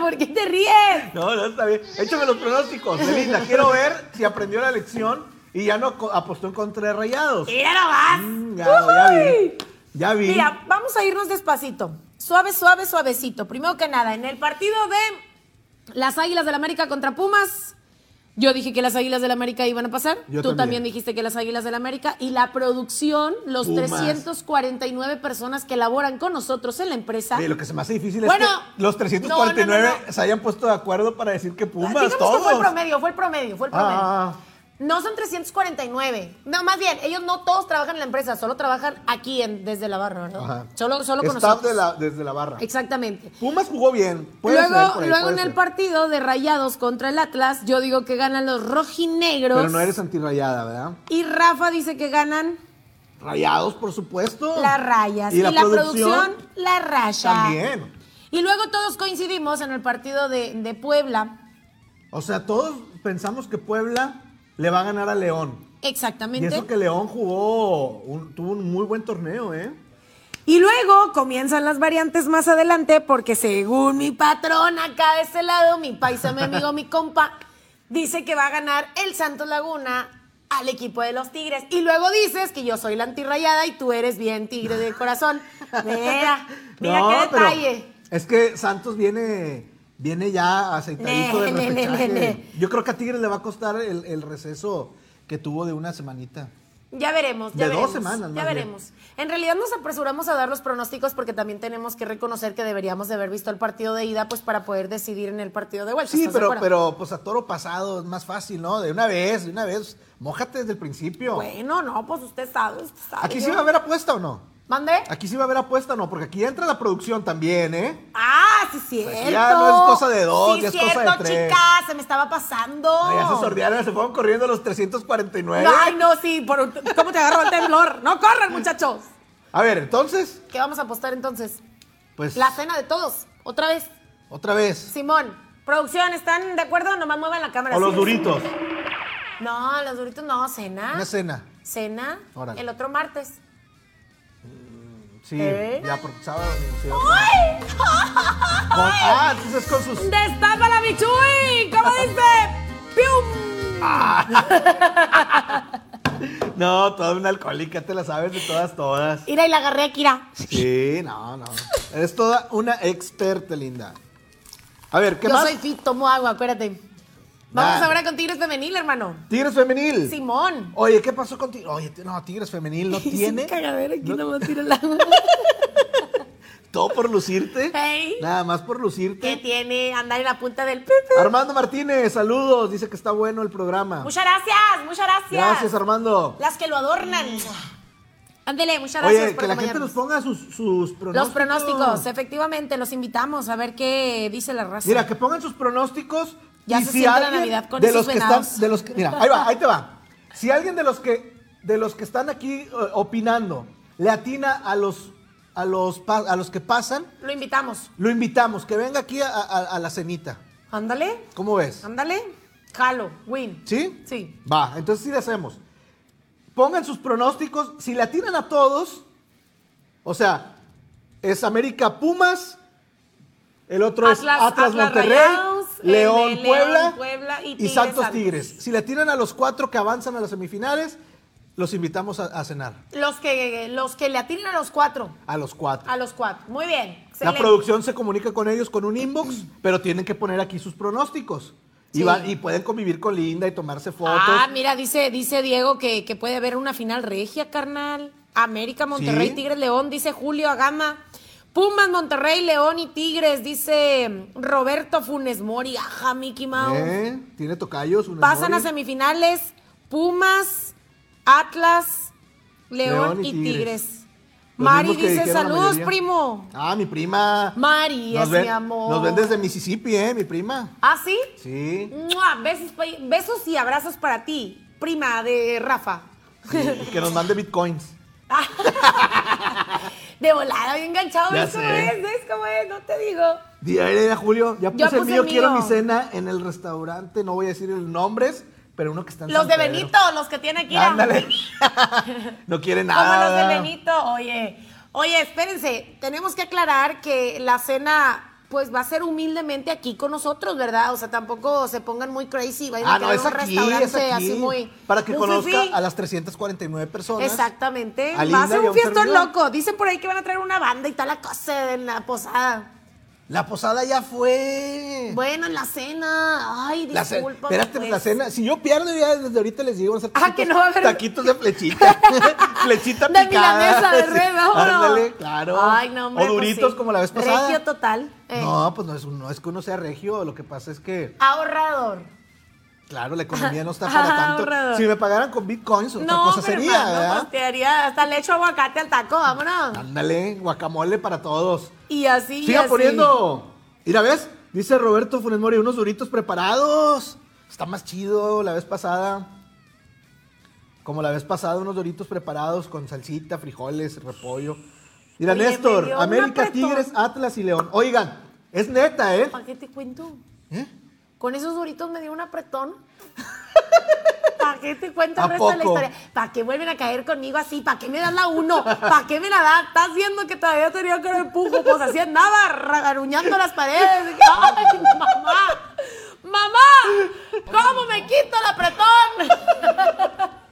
Speaker 2: ¿Por qué te ríes?
Speaker 1: No, no, está bien. Échame los pronósticos, Melissa. Quiero ver si aprendió la lección y ya no co- apostó en contra de rayados.
Speaker 2: Mira nomás.
Speaker 1: Mm, Ya, ya vi.
Speaker 2: Uy.
Speaker 1: Ya vi.
Speaker 2: Mira, vamos a irnos despacito. Suave, suave, suavecito. Primero que nada, en el partido de las Águilas del América contra Pumas, yo dije que las Águilas del América iban a pasar.
Speaker 1: Yo
Speaker 2: Tú también.
Speaker 1: también
Speaker 2: dijiste que las Águilas del América. Y la producción, los
Speaker 1: Pumas.
Speaker 2: 349 personas que laboran con nosotros en la empresa. Ah,
Speaker 1: Oye, lo que se me hace difícil
Speaker 2: Bueno,
Speaker 1: es que los 349
Speaker 2: no, no, no, no.
Speaker 1: se hayan puesto de acuerdo para decir que Pumas,
Speaker 2: Digamos
Speaker 1: todos.
Speaker 2: que fue el promedio, fue el promedio, fue el promedio.
Speaker 1: Ah.
Speaker 2: No son 349. No, más bien, ellos no todos trabajan en la empresa, solo trabajan aquí en, desde la barra, ¿verdad?
Speaker 1: ah, Ajá.
Speaker 2: Solo, solo con
Speaker 1: Staff
Speaker 2: nosotros.
Speaker 1: de la- desde la barra.
Speaker 2: Exactamente.
Speaker 1: Pumas jugó bien. Puede ser
Speaker 2: Luego,
Speaker 1: por ahí,
Speaker 2: luego
Speaker 1: puede
Speaker 2: en el
Speaker 1: ser.
Speaker 2: partido de Rayados contra el Atlas, yo digo que ganan los rojinegros.
Speaker 1: Pero no eres antirrayada, ¿verdad?
Speaker 2: Y Rafa dice que ganan
Speaker 1: Rayados, por supuesto.
Speaker 2: las rayas. Y, la, producción, la raya.
Speaker 1: también.
Speaker 2: Y luego todos coincidimos en el partido de, de Puebla.
Speaker 1: O sea, todos pensamos que Puebla le va a ganar a León. Y
Speaker 2: Exactamente.
Speaker 1: eso que León jugó, un- tuvo un muy buen torneo, ¿eh?
Speaker 2: Y luego comienzan las variantes más adelante, porque según mi patrón acá de este lado, mi paisa, mi amigo, mi compa, dice que va a ganar el Santos Laguna al equipo de los Tigres. Y luego dices que yo soy la antirrayada y tú eres bien tigre del corazón. Mira, mira
Speaker 1: No,
Speaker 2: qué
Speaker 1: pero
Speaker 2: detalle.
Speaker 1: Es que Santos viene, viene ya aceitadito
Speaker 2: Ne,
Speaker 1: de
Speaker 2: ne, ne,
Speaker 1: repechaje.
Speaker 2: ne, ne.
Speaker 1: Yo creo que a Tigres le va a costar el, el receso que tuvo de una semanita.
Speaker 2: Ya veremos, ya
Speaker 1: De
Speaker 2: veremos.
Speaker 1: dos semanas, más
Speaker 2: ya
Speaker 1: bien.
Speaker 2: veremos. En realidad nos apresuramos a dar los pronósticos porque también tenemos que reconocer que deberíamos de haber visto el partido de ida pues para poder decidir en el partido de vuelta.
Speaker 1: Sí,
Speaker 2: ¿estás de
Speaker 1: pero,
Speaker 2: acuerdo?
Speaker 1: pero pues a toro pasado es más fácil, ¿no? De una vez, de una vez. Mójate desde el principio.
Speaker 2: Bueno, no, pues usted sabe, usted sabe.
Speaker 1: ¿Aquí
Speaker 2: yo-
Speaker 1: sí va a haber apuesta o no?
Speaker 2: ¿Mande?
Speaker 1: Aquí sí va a haber apuesta o no, porque aquí entra la producción también, ¿eh?
Speaker 2: Ah, sí, cierto.
Speaker 1: Aquí ya no es cosa de dos,
Speaker 2: sí,
Speaker 1: ya es
Speaker 2: cierto,
Speaker 1: cosa de tres.
Speaker 2: chicas, se me estaba pasando.
Speaker 1: Ay, Ya se sordearon, se fueron corriendo los 349.
Speaker 2: Ay, no, sí, por un- ¿cómo te agarró el temblor? No corran, muchachos.
Speaker 1: A ver, entonces,
Speaker 2: ¿Qué vamos a apostar entonces?
Speaker 1: pues
Speaker 2: La cena de todos, otra vez.
Speaker 1: otra vez.
Speaker 2: Simón, producción, ¿están de acuerdo? Nomás muevan la cámara.
Speaker 1: O
Speaker 2: sí,
Speaker 1: los
Speaker 2: sí.
Speaker 1: duritos.
Speaker 2: No, los duritos no, cena.
Speaker 1: Una cena.
Speaker 2: Cena,
Speaker 1: Órale.
Speaker 2: el otro martes.
Speaker 1: Sí,
Speaker 2: ¿Eh?
Speaker 1: ya por sábado. sí, ya por- Con- ah, entonces es con sus.
Speaker 2: ¡Destapa la Michui! ¿Cómo dice? ¡Pium!
Speaker 1: No, toda una alcohólica, te la sabes de todas, todas.
Speaker 2: Mira, y la agarré a Kira.
Speaker 1: Sí, no, no. Eres toda una experta, linda. A ver, ¿qué
Speaker 2: Yo
Speaker 1: más?
Speaker 2: soy fit, tomo agua, acuérdate. Vamos
Speaker 1: Nah.
Speaker 2: ahora con Tigres Femenil, hermano.
Speaker 1: Tigres femenil.
Speaker 2: Simón.
Speaker 1: Oye, ¿qué pasó con Tigres? Oye, no, Tigres femenil no tiene.
Speaker 2: cagadera aquí
Speaker 1: No-
Speaker 2: nomás tira el agua.
Speaker 1: Todo por lucirte.
Speaker 2: Hey.
Speaker 1: Nada más por lucirte.
Speaker 2: ¿Qué tiene? Andar en la punta del...
Speaker 1: Armando Martínez, saludos. Dice que está bueno el programa.
Speaker 2: Muchas gracias, muchas gracias.
Speaker 1: Gracias, Armando.
Speaker 2: Las que lo adornan. Ándele, muchas gracias
Speaker 1: Oye,
Speaker 2: por
Speaker 1: que la gente nos
Speaker 2: acompañarnos.
Speaker 1: ponga sus, sus pronósticos.
Speaker 2: Los pronósticos, efectivamente, los invitamos a ver qué dice la raza.
Speaker 1: Mira, que pongan sus pronósticos.
Speaker 2: Ya
Speaker 1: y
Speaker 2: se
Speaker 1: si
Speaker 2: siente la
Speaker 1: alguien
Speaker 2: Navidad con
Speaker 1: de
Speaker 2: esos
Speaker 1: los que están,
Speaker 2: venados.
Speaker 1: de los que, Mira, ahí va, ahí te va. Si alguien de los que, de los que están aquí eh, opinando le atina a los, a, los, pa- a los que pasan,
Speaker 2: Lo invitamos.
Speaker 1: lo invitamos, que venga aquí a, a- a la cenita.
Speaker 2: Ándale,
Speaker 1: ¿Cómo ves?
Speaker 2: ándale. Jalo, win.
Speaker 1: ¿Sí?
Speaker 2: Sí.
Speaker 1: Va, entonces sí le hacemos. Pongan sus pronósticos. Si le atinan a todos, o sea, es América Pumas, el otro
Speaker 2: Atlas-
Speaker 1: es Atlas,
Speaker 2: Atlas
Speaker 1: Monterrey,
Speaker 2: Rayados, el de
Speaker 1: León,
Speaker 2: León,
Speaker 1: Puebla,
Speaker 2: Puebla y
Speaker 1: y,
Speaker 2: Tigres
Speaker 1: Santos
Speaker 2: Santos.
Speaker 1: Tigres. Si le atinan a los cuatro que avanzan a las semifinales, los invitamos a, a cenar.
Speaker 2: Los que, los que le atinen a los cuatro.
Speaker 1: A los cuatro.
Speaker 2: A los cuatro. Muy bien.
Speaker 1: La
Speaker 2: Ah, excelente.
Speaker 1: producción se comunica con ellos con un inbox, pero tienen que poner aquí sus pronósticos. Y,
Speaker 2: Sí.
Speaker 1: van- y pueden convivir con Linda y tomarse fotos.
Speaker 2: Ah, mira, dice, dice Diego que, que puede haber una final regia, carnal. América, Monterrey,
Speaker 1: Sí.
Speaker 2: Tigres, León, dice Julio Agama. Pumas, Monterrey, León y Tigres, dice Roberto Funes Mori. Ajá, Mickey Mouse.
Speaker 1: ¿Eh? Tiene tocayos. una
Speaker 2: Pasan a
Speaker 1: memoria.
Speaker 2: semifinales Pumas, Atlas, León,
Speaker 1: León
Speaker 2: y
Speaker 1: y
Speaker 2: Tigres.
Speaker 1: Tigres. Los
Speaker 2: Mari
Speaker 1: mismos que
Speaker 2: dice,
Speaker 1: dijeron la
Speaker 2: saludos,
Speaker 1: mayoría".
Speaker 2: primo.
Speaker 1: Ah, mi prima.
Speaker 2: Mari es
Speaker 1: nos ven,
Speaker 2: mi amor.
Speaker 1: Nos ven desde Mississippi, ¿eh? Mi prima.
Speaker 2: ¿Ah, sí?
Speaker 1: Sí.
Speaker 2: ¡Mua! Besos, pa- besos y abrazos para ti, prima de Rafa.
Speaker 1: Sí, y que nos mande bitcoins.
Speaker 2: De volada, bien enganchado.
Speaker 1: Ya
Speaker 2: ¿Ves cómo
Speaker 1: sé.
Speaker 2: es? ¿Ves cómo es? No te digo.
Speaker 1: Diaria, Julio. Ya puse,
Speaker 2: Ya
Speaker 1: el
Speaker 2: puse
Speaker 1: mío,
Speaker 2: el
Speaker 1: quiero mi
Speaker 2: mío.
Speaker 1: cena en el restaurante. No voy a decir los nombres, pero uno que está en
Speaker 2: Los
Speaker 1: San
Speaker 2: de
Speaker 1: Pedro.
Speaker 2: Benito, los que tiene aquí.
Speaker 1: Ándale. no quiere nada.
Speaker 2: Como los de Benito, oye. Oye, espérense, tenemos que aclarar que la cena, pues va a ser humildemente aquí con nosotros, ¿verdad? O sea, tampoco se pongan muy crazy, vayan
Speaker 1: Ah,
Speaker 2: a
Speaker 1: no,
Speaker 2: quedar
Speaker 1: es
Speaker 2: un
Speaker 1: aquí,
Speaker 2: restaurante
Speaker 1: es aquí.
Speaker 2: así muy.
Speaker 1: Para que
Speaker 2: muy
Speaker 1: conozca
Speaker 2: fifí.
Speaker 1: a las 349 personas.
Speaker 2: Exactamente.
Speaker 1: a
Speaker 2: va
Speaker 1: Linda
Speaker 2: a ser
Speaker 1: y a
Speaker 2: un
Speaker 1: un
Speaker 2: fiestón
Speaker 1: servidor.
Speaker 2: loco. Dicen por ahí que van a traer una banda y tal la cosa en la posada.
Speaker 1: La posada ya fue.
Speaker 2: Bueno, en la cena. Ay,
Speaker 1: La ce-
Speaker 2: disculpa. pues.
Speaker 1: espérate, la cena. Si yo pierdo, ya desde ahorita les digo, van a hacer
Speaker 2: Ah, que no va a haber-
Speaker 1: taquitos de flechita. flechita
Speaker 2: De
Speaker 1: picada.
Speaker 2: milanesa de
Speaker 1: sí.
Speaker 2: red, vámonos.
Speaker 1: Ándale, claro.
Speaker 2: Ay, no, hombre,
Speaker 1: O
Speaker 2: pues
Speaker 1: duritos
Speaker 2: sí.
Speaker 1: como la vez pasada.
Speaker 2: Regio total. eh.
Speaker 1: No, pues no es, no es que uno sea regio, lo que pasa es que,
Speaker 2: Ahorrador.
Speaker 1: claro, la economía no está para
Speaker 2: Ah,
Speaker 1: tanto.
Speaker 2: ahorrador.
Speaker 1: Si me pagaran con bitcoins, otra
Speaker 2: No,
Speaker 1: cosa
Speaker 2: pero
Speaker 1: sería,
Speaker 2: hermano,
Speaker 1: ¿verdad?
Speaker 2: pues, te haría hasta le echo aguacate al taco, vámonos.
Speaker 1: Ándale, guacamole para todos.
Speaker 2: Y así, y
Speaker 1: Siga
Speaker 2: así.
Speaker 1: poniendo. Mira, ¿ves? Dice Roberto Funes Mori, unos duritos preparados. Está más chido la vez pasada. Como la vez pasada, unos doritos preparados con salsita, frijoles, repollo. Mira,
Speaker 2: Oye, me
Speaker 1: Néstor,
Speaker 2: dio un
Speaker 1: América,
Speaker 2: apretón.
Speaker 1: Tigres, Atlas y León. Oigan, es neta, ¿eh?
Speaker 2: ¿Para qué te cuento?
Speaker 1: ¿Eh?
Speaker 2: Con esos duritos me dio un apretón. ¿Para qué te cuento
Speaker 1: ¿A
Speaker 2: el resto de la
Speaker 1: poco?
Speaker 2: historia? ¿Para qué vuelven a caer conmigo así? ¿Para qué me das la uno? ¿Para qué me la das? Estás viendo que todavía tenía que empujo. Pues así andaba, ragaruñando las paredes. ¡Ay, mamá! ¡Mamá! ¿Cómo me quito el apretón?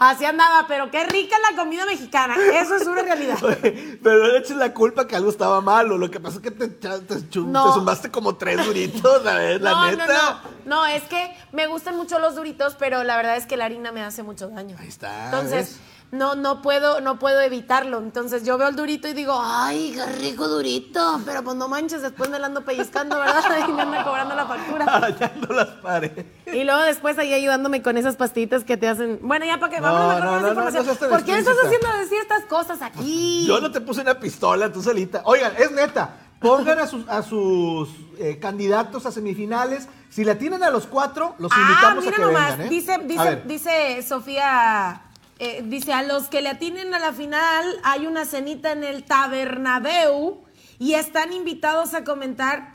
Speaker 2: Así andaba, pero qué rica la comida mexicana. Eso es una realidad.
Speaker 1: Oye, Pero no le eches la culpa que algo estaba malo. Lo que pasa es que te, echa- te, chum-
Speaker 2: No.
Speaker 1: te zumbaste como tres duritos, la, ver- la
Speaker 2: no,
Speaker 1: neta.
Speaker 2: no, no. No, es que me gustan mucho los duritos, pero la verdad es que la harina me hace mucho daño.
Speaker 1: Ahí está,
Speaker 2: Entonces,
Speaker 1: ¿ves?
Speaker 2: no, no puedo, no puedo evitarlo. Entonces yo veo el durito y digo, ay, qué rico durito. Pero pues no manches, después me la ando pellizcando, ¿verdad? Y me anda cobrando la factura.
Speaker 1: Arañando las paredes.
Speaker 2: Y luego después ahí ayudándome con esas pastitas que te hacen. Bueno, ya para que
Speaker 1: No,
Speaker 2: vamos mejor
Speaker 1: no,
Speaker 2: con
Speaker 1: no, no,
Speaker 2: más información.
Speaker 1: no seas tan
Speaker 2: ¿Por qué estás
Speaker 1: explícita.
Speaker 2: haciendo decir estas cosas aquí?
Speaker 1: Yo no te puse una pistola, tú solita. Oigan, es neta. Pongan a sus, a sus eh, candidatos a semifinales. Si la tienen a los cuatro, los
Speaker 2: Ah,
Speaker 1: invitamos a
Speaker 2: mira
Speaker 1: que
Speaker 2: nomás,
Speaker 1: vengan, ¿eh?
Speaker 2: dice,
Speaker 1: A
Speaker 2: dice,
Speaker 1: ver,
Speaker 2: dice Sofía, eh, dice, a los que le atinen a la final hay una cenita en el Tabernabéu y están invitados a comentar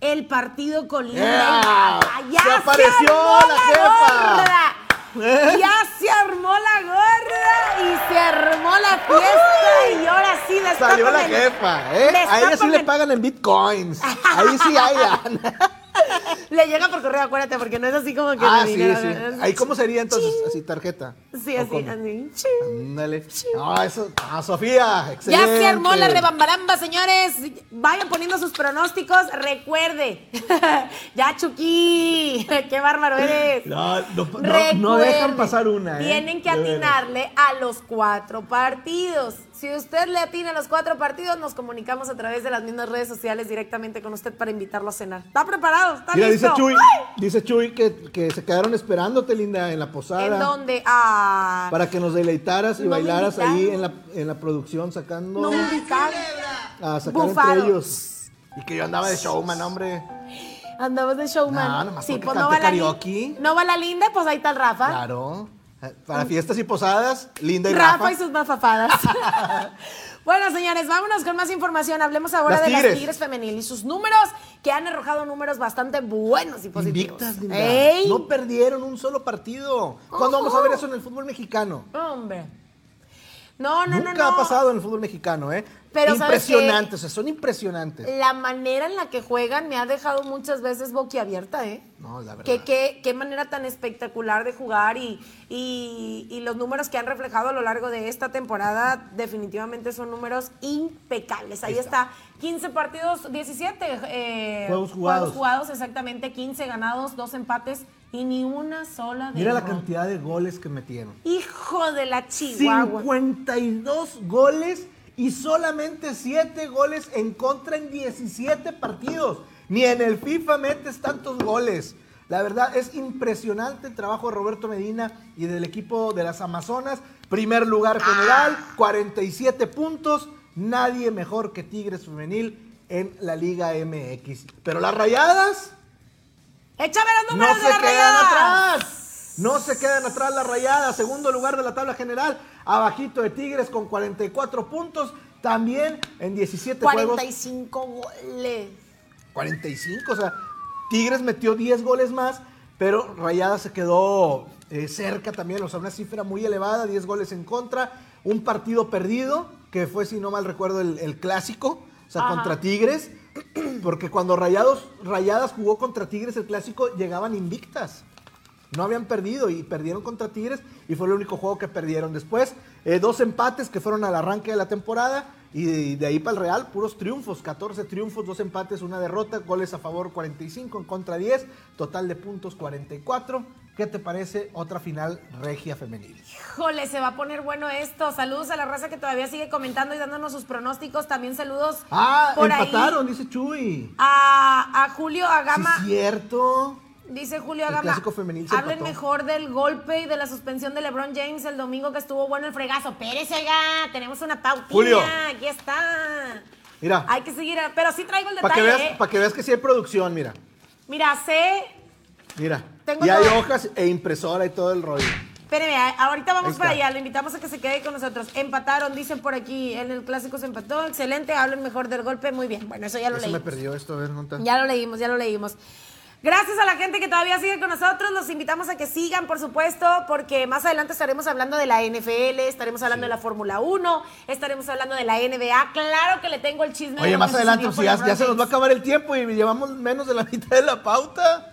Speaker 2: el partido con Linda.
Speaker 1: ¡Ea!
Speaker 2: Ah, ¡Ya
Speaker 1: ¡Se apareció
Speaker 2: armó
Speaker 1: la jefa!
Speaker 2: gorda!
Speaker 1: ¿Eh?
Speaker 2: Ya se armó la gorda y se armó la fiesta y ahora sí destápame
Speaker 1: Salió la
Speaker 2: el-
Speaker 1: jefa, ¿eh? A ella sí
Speaker 2: destápame
Speaker 1: le
Speaker 2: el-
Speaker 1: pagan en bitcoins. Ahí sí hay lana.
Speaker 2: Le llega por correo, acuérdate, porque no es así como que...
Speaker 1: Ah,
Speaker 2: le
Speaker 1: sí,
Speaker 2: digan,
Speaker 1: sí.
Speaker 2: ¿verdad?
Speaker 1: Ahí, ¿cómo sería entonces? Así, tarjeta.
Speaker 2: Sí,
Speaker 1: ¿O
Speaker 2: así,
Speaker 1: cómo?
Speaker 2: así. Ching.
Speaker 1: Ándale. No, eso. Ah, Sofía,
Speaker 2: Ya
Speaker 1: excelente.
Speaker 2: se armó la rebambaramba, señores. Vayan poniendo sus pronósticos. Recuerde. ya, Chucky. Qué bárbaro eres.
Speaker 1: No, no, no- no dejan
Speaker 2: Recuerde,
Speaker 1: pasar una, ¿eh?
Speaker 2: Tienen que
Speaker 1: De veras.
Speaker 2: atinarle a los cuatro partidos. Si usted le atina a los cuatro partidos, nos comunicamos a través de las mismas redes sociales directamente con usted para invitarlo a cenar. ¿Está preparado? ¿Está
Speaker 1: Mira,
Speaker 2: listo?
Speaker 1: dice Chuy,
Speaker 2: ¡Ay!
Speaker 1: dice Chuy que, que se quedaron esperándote, linda, en la posada.
Speaker 2: ¿En dónde? Ah,
Speaker 1: Para que nos deleitaras y
Speaker 2: No me
Speaker 1: bailaras ahí en la,
Speaker 2: invitaron.
Speaker 1: en la producción, sacando
Speaker 2: no me invitaron.
Speaker 1: a sacar
Speaker 2: Bufados.
Speaker 1: entre ellos. Y que yo andaba de showman, hombre.
Speaker 2: Andamos de showman. pues
Speaker 1: No, nomás porque
Speaker 2: no va
Speaker 1: cante
Speaker 2: la lin-
Speaker 1: karaoke.
Speaker 2: No va la linda, pues ahí está el Rafa.
Speaker 1: Claro. Para fiestas y posadas, linda y
Speaker 2: Rafa
Speaker 1: Rafa.
Speaker 2: y sus mafafadas. bueno, señores, vámonos con más información. Hablemos ahora
Speaker 1: Las
Speaker 2: de las
Speaker 1: Tigres.
Speaker 2: Tigres femenil y sus números, que han arrojado números bastante buenos y positivos.
Speaker 1: Invictas, linda.
Speaker 2: ¡Ey!
Speaker 1: No perdieron un solo partido. ¿Cuándo vamos a ver eso en el fútbol mexicano?
Speaker 2: Hombre. No, no, no,
Speaker 1: Nunca
Speaker 2: no.
Speaker 1: ha pasado en el fútbol mexicano, ¿eh?
Speaker 2: Pero, ¿sabes qué? Eh,
Speaker 1: impresionantes, o sea, son impresionantes.
Speaker 2: La manera en la que juegan me ha dejado muchas veces boquiabierta, ¿eh?
Speaker 1: No, la verdad.
Speaker 2: Qué, qué- qué manera tan espectacular de jugar y, y- y los números que han reflejado a lo largo de esta temporada definitivamente son números impecables. Ahí está, 15 partidos, 17 eh,
Speaker 1: Juegos jugados.
Speaker 2: jugados, exactamente, 15 ganados, dos empates y ni una sola de
Speaker 1: Mira la cantidad de goles que metieron.
Speaker 2: Hijo de la Chihuahua.
Speaker 1: 52 goles y solamente 7 goles en contra en 17 partidos. Ni en el FIFA metes tantos goles. La verdad es impresionante el trabajo de Roberto Medina y del equipo de las Amazonas. Primer lugar general, 47 puntos. Nadie mejor que Tigres Femenil en la Liga MX. Pero las rayadas
Speaker 2: Échame los
Speaker 1: no
Speaker 2: números
Speaker 1: se
Speaker 2: de la
Speaker 1: quedan
Speaker 2: rayada.
Speaker 1: atrás. No se quedan atrás las rayadas, segundo lugar de la tabla general, abajito de Tigres con 44 puntos, también en 17 juegos.
Speaker 2: 45 goles.
Speaker 1: 45, o sea, Tigres metió 10 goles más, pero Rayadas se quedó eh, cerca también, o sea, una cifra muy elevada, 10 goles en contra, un partido perdido, que fue, si no mal recuerdo, el, el clásico, o sea,
Speaker 2: Ajá.
Speaker 1: contra Tigres, porque cuando Rayados, Rayadas jugó contra Tigres el clásico, llegaban invictas. No habían perdido y perdieron contra Tigres y fue el único juego que perdieron. Después, eh, dos empates que fueron al arranque de la temporada y de, de ahí para el Real, puros triunfos. 14 triunfos, dos empates, una derrota, goles a favor 45, en contra 10, total de puntos 44. ¿Qué te parece otra final regia femenil?
Speaker 2: Híjole, se va a poner bueno esto. Saludos a la raza que todavía sigue comentando y dándonos sus pronósticos. También saludos
Speaker 1: Ah,
Speaker 2: por
Speaker 1: empataron,
Speaker 2: ahí
Speaker 1: dice Chuy.
Speaker 2: a, a Julio
Speaker 1: Sí,
Speaker 2: Agama.
Speaker 1: es cierto.
Speaker 2: Dice Julio
Speaker 1: El
Speaker 2: Agama.
Speaker 1: clásico femenil se
Speaker 2: hablen
Speaker 1: empató".
Speaker 2: mejor del golpe y de la suspensión de LeBron James el domingo que estuvo bueno el fregazo. Pérez, oiga, tenemos una pautilla.
Speaker 1: Julio.
Speaker 2: Aquí está.
Speaker 1: Mira,
Speaker 2: Hay que seguir, a- pero sí traigo el
Speaker 1: para
Speaker 2: detalle.
Speaker 1: que,
Speaker 2: ¿eh?
Speaker 1: veas- pa' que veas que sí hay producción, mira.
Speaker 2: Mira, sé.
Speaker 1: Mira.
Speaker 2: Tengo
Speaker 1: y hay
Speaker 2: todo.
Speaker 1: hojas e impresora y todo el rollo.
Speaker 2: Espéreme, a- ahorita vamos
Speaker 1: Ahí
Speaker 2: para
Speaker 1: está.
Speaker 2: allá. Lo invitamos a que se quede con nosotros. Empataron, dicen por aquí. En el clásico se empató. Excelente. Hablen mejor del golpe. Muy bien. Bueno, eso ya lo
Speaker 1: Eso me
Speaker 2: leímos.
Speaker 1: perdió esto, a ver, no está.
Speaker 2: Ya lo leímos, ya lo leímos. Gracias a la gente que todavía sigue con nosotros. Los invitamos a que sigan, por supuesto, porque más adelante estaremos hablando de la NFL, estaremos hablando de la Fórmula 1, estaremos hablando de la NBA. Claro que le tengo el chisme. de
Speaker 1: Oye,
Speaker 2: lo
Speaker 1: más
Speaker 2: que
Speaker 1: adelante,
Speaker 2: sucedió
Speaker 1: pues, ya,
Speaker 2: con
Speaker 1: ya se nos va a
Speaker 2: LeBron
Speaker 1: acabar el tiempo y llevamos menos de la mitad de la pauta.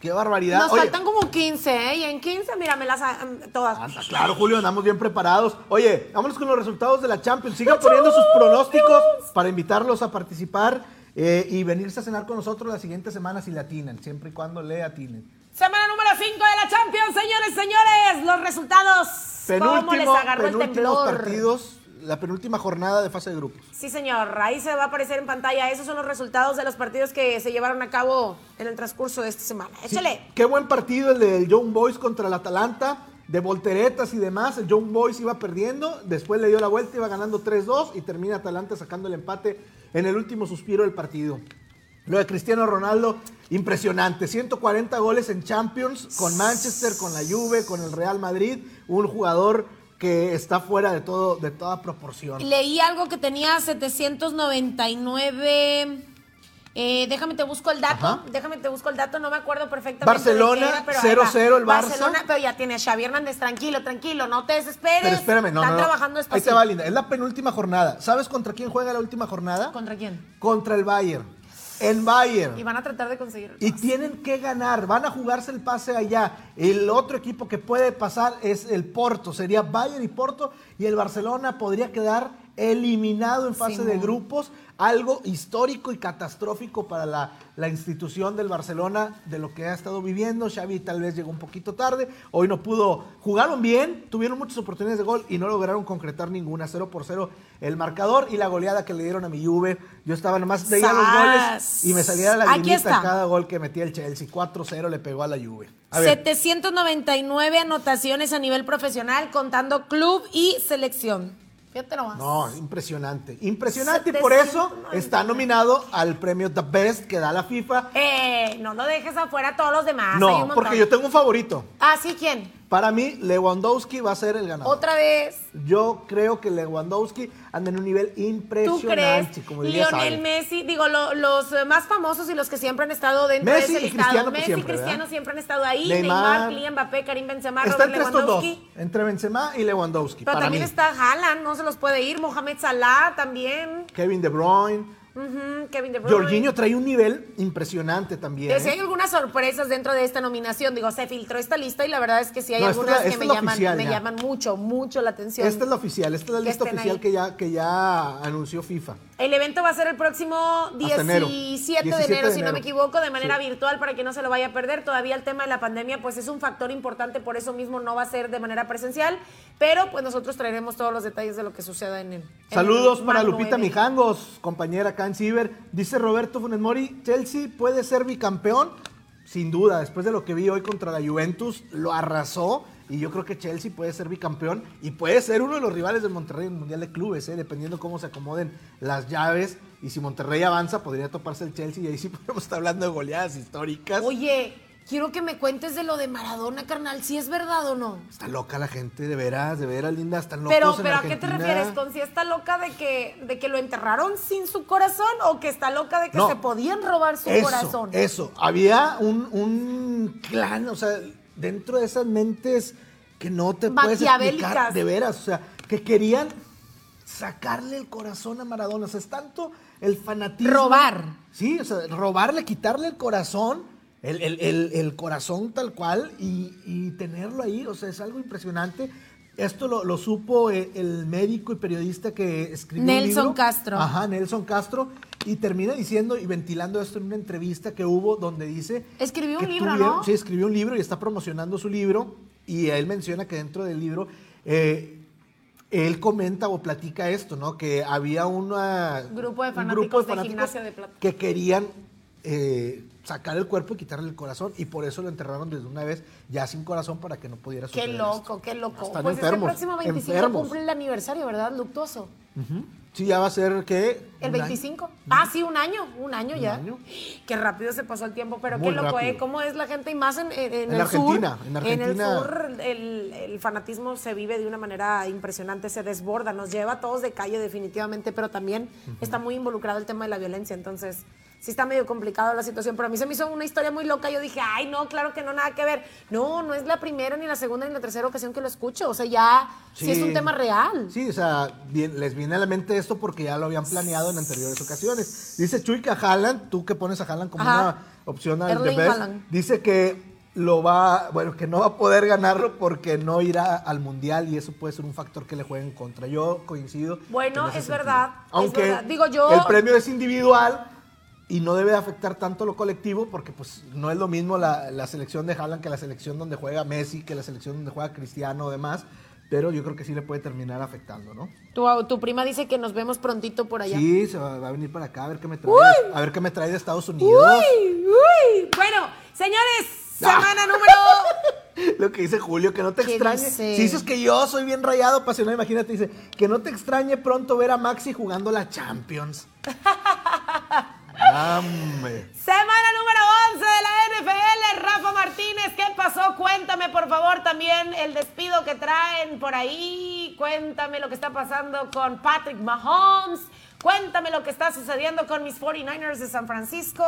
Speaker 1: ¡Qué barbaridad!
Speaker 2: James. Nos
Speaker 1: Oye,
Speaker 2: faltan como 15, ¿eh? Y en 15, mira, me las ah, todas.
Speaker 1: anda, claro, Julio, andamos bien preparados. Oye, vámonos con los resultados de la Champions. Sigan poniendo sus pronósticos para invitarlos a participar eh, y venirse a cenar con nosotros la siguiente semana si le atinan, siempre y cuando le atinen.
Speaker 2: Semana número 5 de la Champions, señores, señores. Los resultados. ¿Cómo les
Speaker 1: Penúltimo,
Speaker 2: agarró el
Speaker 1: penúltimos
Speaker 2: temblor?
Speaker 1: partidos, la penúltima jornada de fase de grupos.
Speaker 2: Sí, señor. Ahí se va a aparecer en pantalla. Esos son los resultados de los partidos que se llevaron a cabo en el transcurso de esta semana.
Speaker 1: Sí,
Speaker 2: Échale.
Speaker 1: Qué buen partido el del Young Boys contra el Atalanta, de volteretas y demás. El Young Boys iba perdiendo, después le dio la vuelta, iba ganando 3-2 y termina Atalanta sacando el empate en el último suspiro del partido. Lo de Cristiano Ronaldo, impresionante. 140 goles en Champions con Manchester, con la Juve, con el Real Madrid. Un jugador que está fuera de, todo, de toda proporción.
Speaker 2: Leí algo que tenía 799. eh, déjame te busco el dato.
Speaker 1: Ajá.
Speaker 2: Déjame te busco el dato. No me acuerdo perfectamente.
Speaker 1: Barcelona,
Speaker 2: de qué era, pero ahí va.
Speaker 1: 0-0 el Barça.
Speaker 2: Barcelona, pero ya tiene a Xavi Hernández. Tranquilo, tranquilo. No te desesperes.
Speaker 1: Pero espérame, no,
Speaker 2: Están
Speaker 1: no, no.
Speaker 2: trabajando esto.
Speaker 1: Ahí te va, Linda. Es la penúltima jornada. ¿Sabes contra quién juega la última jornada?
Speaker 2: ¿Contra quién?
Speaker 1: Contra el Bayern. El Bayern.
Speaker 2: Y van a tratar de conseguir.
Speaker 1: Y tienen que ganar, van a jugarse el pase allá. El otro equipo que puede pasar es el Porto, sería Bayern y Porto, y el Barcelona podría quedar eliminado en fase de
Speaker 2: Simón.
Speaker 1: grupos, algo histórico y catastrófico para la, la institución del Barcelona, de lo que ha estado viviendo. Xavi tal vez llegó un poquito tarde, hoy no pudo, jugaron bien, tuvieron muchas oportunidades de gol y no lograron concretar ninguna, 0 por 0 el marcador y la goleada que le dieron a mi Juve. Yo estaba nomás, veía los goles
Speaker 2: ¡Sas!
Speaker 1: y me salía la
Speaker 2: Aquí
Speaker 1: lagrimita
Speaker 2: está.
Speaker 1: en cada cada gol que metía el Chelsea. 4-0 le pegó a la Juve. A ver,
Speaker 2: 799 anotaciones a nivel profesional, contando club y selección. Fíjate nomás.
Speaker 1: no, impresionante. Impresionante y por eso
Speaker 2: 799.
Speaker 1: está nominado al premio The Best que da la FIFA.
Speaker 2: Eh, no lo dejes afuera a todos los demás. Ah, hay un
Speaker 1: No,
Speaker 2: montón.
Speaker 1: porque yo tengo un favorito.
Speaker 2: Ah, sí, ¿quién?
Speaker 1: Para mí, Lewandowski va a ser el ganador.
Speaker 2: Otra vez.
Speaker 1: Yo creo que Lewandowski anda en un nivel
Speaker 2: ¿Tú crees?
Speaker 1: impresionante, como diría
Speaker 2: Lionel
Speaker 1: Xavi.
Speaker 2: Messi, digo, lo- los eh, más famosos y los que siempre han estado dentro
Speaker 1: Messi
Speaker 2: de ese
Speaker 1: y
Speaker 2: listado.
Speaker 1: Cristiano, pues,
Speaker 2: Messi
Speaker 1: siempre,
Speaker 2: Cristiano
Speaker 1: ¿verdad?
Speaker 2: siempre han estado ahí. Neymar,
Speaker 1: Neymar.
Speaker 2: Kylian Mbappé, Karim Benzema,
Speaker 1: Está
Speaker 2: Robert
Speaker 1: entre estos dos,
Speaker 2: Lewandowski.
Speaker 1: entre Benzema y Lewandowski.
Speaker 2: Pero
Speaker 1: para
Speaker 2: también
Speaker 1: mí.
Speaker 2: está Haaland, no se los puede ir. Mohamed Salah también.
Speaker 1: Kevin De Bruyne.
Speaker 2: Ujú, Kevin De Bruyne.
Speaker 1: Jorginho trae un nivel impresionante también.
Speaker 2: Pero
Speaker 1: ¿eh?
Speaker 2: sí hay algunas sorpresas dentro de esta nominación. Digo, se filtró esta lista y la verdad es que sí hay
Speaker 1: No, esta es
Speaker 2: algunas
Speaker 1: la-
Speaker 2: que
Speaker 1: esta
Speaker 2: me
Speaker 1: es la
Speaker 2: llaman,
Speaker 1: oficial,
Speaker 2: me
Speaker 1: ya.
Speaker 2: llaman mucho, mucho la atención.
Speaker 1: Esta es la oficial, esta es la
Speaker 2: Que
Speaker 1: lista
Speaker 2: estén
Speaker 1: oficial
Speaker 2: ahí.
Speaker 1: que ya, que ya anunció FIFA.
Speaker 2: El evento va a ser el próximo 17
Speaker 1: enero.
Speaker 2: de
Speaker 1: 17
Speaker 2: enero,
Speaker 1: de
Speaker 2: si no
Speaker 1: enero.
Speaker 2: me equivoco, de manera
Speaker 1: Sí.
Speaker 2: virtual para que no se lo vaya a perder. Todavía el tema de la pandemia pues es un factor importante, por eso mismo no va a ser de manera presencial, pero pues nosotros traeremos todos los detalles de lo que suceda en el... en el
Speaker 1: Saludos para
Speaker 2: magno
Speaker 1: Lupita
Speaker 2: evento.
Speaker 1: Mijangos, compañera acá en Ciber. Dice Roberto Funes Mori, Chelsea puede ser bicampeón. Sin duda, después de lo que vi hoy contra la Juventus, lo arrasó. Y yo creo que Chelsea puede ser bicampeón y puede ser uno de los rivales del Monterrey en el Mundial de Clubes, ¿eh? dependiendo cómo se acomoden las llaves. Y si Monterrey avanza, podría toparse el Chelsea y ahí sí podemos estar hablando de goleadas históricas.
Speaker 2: Oye, Quiero que me cuentes de lo de Maradona, carnal, si es verdad o no.
Speaker 1: Está loca la gente, de veras, de veras, linda, están locos
Speaker 2: Pero,
Speaker 1: en
Speaker 2: pero ¿a qué te
Speaker 1: Argentina.
Speaker 2: refieres? ¿Con si está loca de que, de que lo enterraron sin su corazón o que está loca de que
Speaker 1: No.
Speaker 2: se podían robar su
Speaker 1: eso,
Speaker 2: corazón?
Speaker 1: Eso, había un, un clan, o sea, dentro de esas mentes que no te puedes explicar,
Speaker 2: Maquiavélicas.
Speaker 1: de veras, o sea, que querían sacarle el corazón a Maradona, o sea, es tanto el fanatismo.
Speaker 2: Robar.
Speaker 1: Sí, o sea, robarle, quitarle el corazón, el, el- el- el corazón tal cual y, y tenerlo ahí, o sea, es algo impresionante. Esto lo, lo supo eh, el médico y periodista que escribió un
Speaker 2: Nelson
Speaker 1: libro.
Speaker 2: Castro.
Speaker 1: Ajá, a Nelson Castro y termina diciendo y ventilando esto en una entrevista que hubo donde dice...
Speaker 2: Escribió un
Speaker 1: que
Speaker 2: libro,
Speaker 1: tuvieron-
Speaker 2: ¿no?
Speaker 1: Sí, escribió un libro y está promocionando su libro y él menciona que dentro del libro eh, él comenta o platica esto, ¿no? Que había una,
Speaker 2: Grupo de
Speaker 1: un
Speaker 2: fanáticos de Gimnasia de Plata.
Speaker 1: que querían eh, sacar el cuerpo y quitarle el corazón y por eso lo enterraron desde una vez ya sin corazón para que no pudiera
Speaker 2: Qué
Speaker 1: suceder esto.
Speaker 2: loco, qué loco.
Speaker 1: Están
Speaker 2: pues
Speaker 1: enfermos,
Speaker 2: es que el próximo 25
Speaker 1: enfermos.
Speaker 2: cumple el aniversario, ¿verdad? Luctuoso.
Speaker 1: Sí, ya va a ser que...
Speaker 2: ¿El 25? Ah, sí, un año, un año ya.
Speaker 1: año.
Speaker 2: Qué rápido se pasó el tiempo, pero
Speaker 1: Muy
Speaker 2: qué loco,
Speaker 1: rápido.
Speaker 2: ¿eh? ¿Cómo es la gente? Y más en, en- en
Speaker 1: En
Speaker 2: el
Speaker 1: Argentina,
Speaker 2: sur.
Speaker 1: en Argentina.
Speaker 2: el sur el, el fanatismo se vive de una manera impresionante, se desborda, nos lleva a todos de calle definitivamente, pero también está muy involucrado el tema de la violencia, entonces sí está medio complicado la situación, pero a mí se me hizo una historia muy loca, yo dije, ay, no, claro que no, nada que ver. No, no es la primera, ni la segunda, ni la tercera ocasión que lo escucho, o sea, ya sí, es un tema real.
Speaker 1: Sí, o sea, bien- les viene a la mente esto porque ya lo habían planeado en anteriores ocasiones. Dice Chuy que a Haaland, tú que pones a Haaland como
Speaker 2: Ajá.
Speaker 1: una opción al
Speaker 2: Erling
Speaker 1: The Best,
Speaker 2: Haaland.
Speaker 1: dice que lo va, bueno, que no va a poder ganarlo porque no irá al mundial y eso puede ser un factor que le juegue en contra. Yo coincido.
Speaker 2: Bueno,
Speaker 1: en ese
Speaker 2: es
Speaker 1: sentido.
Speaker 2: verdad, es
Speaker 1: Aunque
Speaker 2: verdad. Digo, yo-
Speaker 1: el premio es individual y no debe afectar tanto lo colectivo porque pues no es lo mismo la, la selección de Haaland que la selección donde juega Messi, que la selección donde juega Cristiano o demás, pero yo creo que sí le puede terminar afectando, ¿no?
Speaker 2: Tu, tu prima dice que nos vemos prontito por allá.
Speaker 1: Sí, se va, va a venir para acá a ver qué me trae, a ver qué me trae de Estados Unidos.
Speaker 2: Uy, uy. Bueno, señores,
Speaker 1: Ah.
Speaker 2: semana número.
Speaker 1: Lo que dice Julio, que no te
Speaker 2: ¿Qué
Speaker 1: extrañe.
Speaker 2: dice?
Speaker 1: Si dices que yo soy bien rayado, apasionado, imagínate, dice, que no te extrañe pronto ver a Maxi jugando la Champions. Dame.
Speaker 2: Semana número 11 de la NFL. Rafa Martínez, ¿qué pasó? Cuéntame, por favor, también el despido que traen por ahí. Cuéntame lo que está pasando con Patrick Mahomes. Cuéntame lo que está sucediendo con mis 49ers de San Francisco.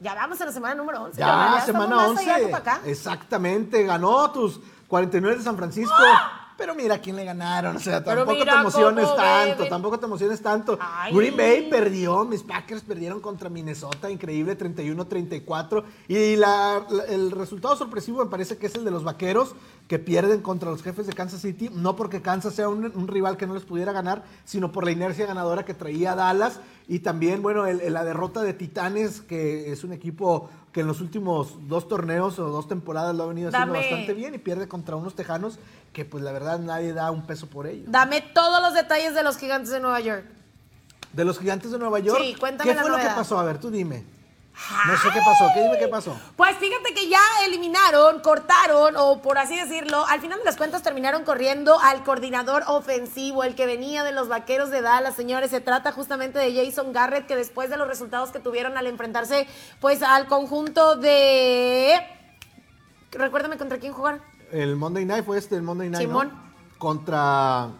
Speaker 2: Ya vamos a la semana número 11. carnal,
Speaker 1: Ya,
Speaker 2: estamos
Speaker 1: semana
Speaker 2: más
Speaker 1: 11.
Speaker 2: allá que pa' acá.
Speaker 1: Exactamente, ganó tus 49 de San Francisco. Pero mira quién le ganaron, o sea,
Speaker 2: ¡Ah! Pero
Speaker 1: tampoco te
Speaker 2: mira
Speaker 1: emociones
Speaker 2: cómo
Speaker 1: tanto,
Speaker 2: beben.
Speaker 1: tampoco te emociones tanto.
Speaker 2: Ay.
Speaker 1: Green Bay perdió, mis Packers perdieron contra Minnesota, increíble 31-34 y la- la- el resultado sorpresivo me parece que es el de los Vaqueros que pierden contra los jefes de Kansas City, no porque Kansas sea un, un rival que no les pudiera ganar, sino por la inercia ganadora que traía Dallas y también, bueno, el- el- la derrota de Titanes, que es un equipo que en los últimos dos torneos o dos temporadas lo ha venido haciendo
Speaker 2: Dame.
Speaker 1: bastante bien y pierde contra unos Tejanos que pues la verdad nadie da un peso por ellos.
Speaker 2: Dame todos los detalles de los gigantes de Nueva York.
Speaker 1: De los gigantes de Nueva York.
Speaker 2: Sí, cuéntame
Speaker 1: ¿Qué
Speaker 2: la
Speaker 1: fue lo
Speaker 2: novedad.
Speaker 1: que pasó? A ver, tú dime. No sé qué pasó. ¿Qué dime qué pasó?
Speaker 2: Pues fíjate que ya eliminaron, cortaron, o por así decirlo, al final de las cuentas terminaron corriendo al coordinador ofensivo, el que venía de los vaqueros de Dallas, señores. Se trata justamente de Jason Garrett, que después de los resultados que tuvieron al enfrentarse, pues al conjunto de. Recuérdame contra quién jugar.
Speaker 1: El Monday Night fue este, el Monday Night. ¿no?
Speaker 2: Simón.
Speaker 1: Contra.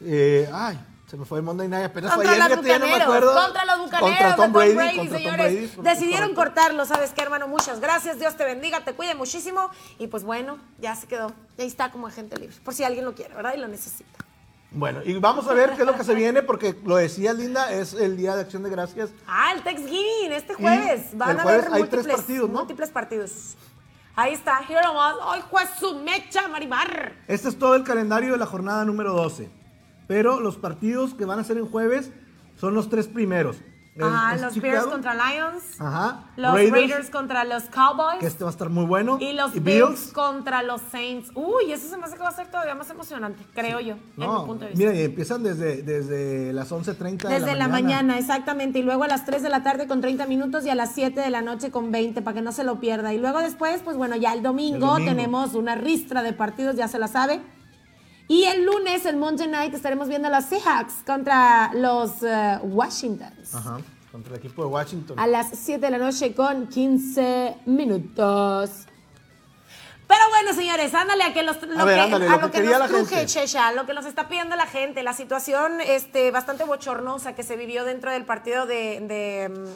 Speaker 1: eh, ay, se me fue el Monday Night. Apenas
Speaker 2: Contra
Speaker 1: fue ayer,
Speaker 2: los
Speaker 1: Pues, fíjate, ya no me
Speaker 2: bucaneros,
Speaker 1: acuerdo.
Speaker 2: contra los bucaneros,
Speaker 1: Contra Tom Brady, contra Tom
Speaker 2: señores.
Speaker 1: Brady, por-
Speaker 2: Decidieron
Speaker 1: correcto.
Speaker 2: cortarlo, ¿sabes qué, hermano? Muchas gracias, Dios te bendiga, te cuide muchísimo. Y pues bueno, ya se quedó. Y ahí está como agente libre, por si alguien lo quiere, ¿verdad? Y lo necesita.
Speaker 1: Bueno, y vamos a ver qué es lo que se viene, porque lo decía Linda, es el día de acción de gracias.
Speaker 2: Ah, el Thanksgiving, este jueves.
Speaker 1: Y
Speaker 2: Van
Speaker 1: el
Speaker 2: a
Speaker 1: jueves
Speaker 2: haber
Speaker 1: hay
Speaker 2: múltiples,
Speaker 1: tres partidos, ¿no?
Speaker 2: múltiples partidos. Ahí está, Hero nomás. ¡Ay, juez su mecha, Marimar!
Speaker 1: Este es todo el calendario de la jornada número 12. Pero los partidos que van a ser en jueves son los tres primeros. Es-
Speaker 2: Ah,
Speaker 1: es
Speaker 2: los Bears
Speaker 1: Chicago,
Speaker 2: contra Lions.
Speaker 1: Ajá.
Speaker 2: Los Raiders, contra los Cowboys.
Speaker 1: que este va a estar muy bueno.
Speaker 2: Y los Bills,
Speaker 1: Bills.
Speaker 2: contra los Saints. Uy, eso se me hace que va a ser todavía más emocionante, creo yo, en mi
Speaker 1: No,
Speaker 2: punto de vista.
Speaker 1: mira, y empiezan desde, desde las 11.30 de
Speaker 2: Desde la mañana, exactamente. Y luego a las 3 de la tarde con 30 minutos y a las 7 de la noche con 20 para que no se lo pierda. Y luego después, pues bueno, ya el domingo,
Speaker 1: El domingo.
Speaker 2: tenemos una ristra de partidos, ya se la sabe. Y el lunes, el Monday Night, estaremos viendo a los Seahawks contra los eh, Washingtons.
Speaker 1: Ajá. contra el equipo de Washington.
Speaker 4: a las 7 de la noche con 15 minutos.
Speaker 2: Pero bueno, señores, ándale a que los lo
Speaker 1: ver,
Speaker 2: que,
Speaker 1: ándale,
Speaker 2: a
Speaker 1: lo
Speaker 2: lo,
Speaker 1: que
Speaker 2: que,
Speaker 1: quería
Speaker 2: nos
Speaker 1: la
Speaker 2: truje,
Speaker 1: gente.
Speaker 2: Checha, lo que nos está pidiendo la gente, la situación este, bastante bochornosa que se vivió dentro del partido de, de, mm,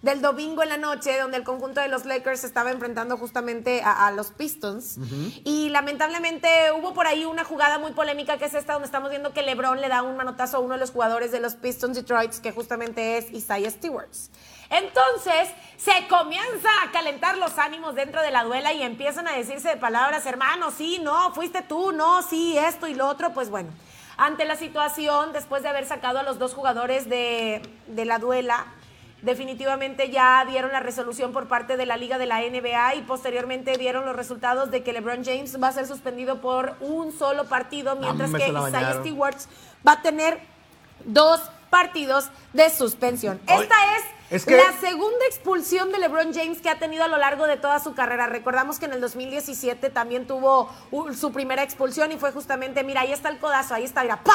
Speaker 2: del domingo en la noche, donde el conjunto de los Lakers estaba enfrentando justamente a, a los Pistons. Y lamentablemente hubo por ahí una jugada muy polémica que es esta, donde estamos viendo que LeBron le da un manotazo a uno de los jugadores de los Pistons Detroit, que justamente es Isaiah Stewart. Entonces se comienza a calentar los ánimos dentro de la duela y empiezan a decirse de palabras, hermano, sí, no, fuiste tú, no, sí, esto y lo otro, pues bueno. Ante la situación, después de haber sacado a los dos jugadores de, de la duela, definitivamente ya dieron la resolución por parte de la Liga de la NBA y posteriormente dieron los resultados de que LeBron James va a ser suspendido por un solo partido, mientras
Speaker 1: Hombre,
Speaker 2: que
Speaker 1: se la
Speaker 2: Isaiah
Speaker 1: bañaron.
Speaker 2: Stewart va a tener dos partidos de suspensión.
Speaker 1: Ay,
Speaker 2: Esta es,
Speaker 1: es que-
Speaker 2: la segunda expulsión de LeBron James que ha tenido a lo largo de toda su carrera. Recordamos que en el 2017 también tuvo u- su primera expulsión y fue justamente, mira, ahí está el codazo, ahí está, mira, ¡pa!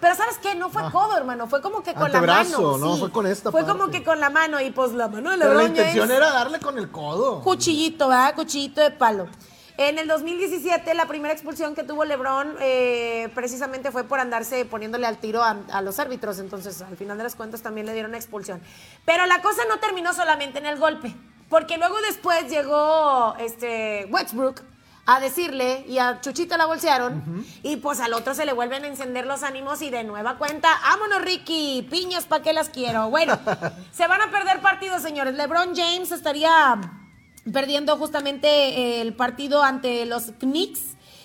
Speaker 2: Pero ¿sabes qué? No fue codo, hermano, fue como que con la
Speaker 1: Ah. Antebrazo,
Speaker 2: mano.
Speaker 1: ¿no?
Speaker 2: sí.
Speaker 1: Fue con esta
Speaker 2: Fue
Speaker 1: parte.
Speaker 2: como que con la mano y pues la mano de
Speaker 1: Pero la
Speaker 2: LeBron
Speaker 1: intención
Speaker 2: James
Speaker 1: era darle con el codo.
Speaker 2: cuchillito, ¿verdad? Cuchillito de palo. En el 2017, la primera expulsión que tuvo LeBron eh, precisamente fue por andarse poniéndole al tiro a, a los árbitros. Entonces, al final de las cuentas, también le dieron expulsión. Pero la cosa no terminó solamente en el golpe, porque luego después llegó este Westbrook a decirle y a Chuchita la bolsearon y pues al otro se le vuelven a encender los ánimos y de nueva cuenta, vámonos Ricky, piñas, ¿pa' qué las quiero? Bueno, se van a perder partidos, señores. LeBron James estaría perdiendo justamente eh, el partido ante los Knicks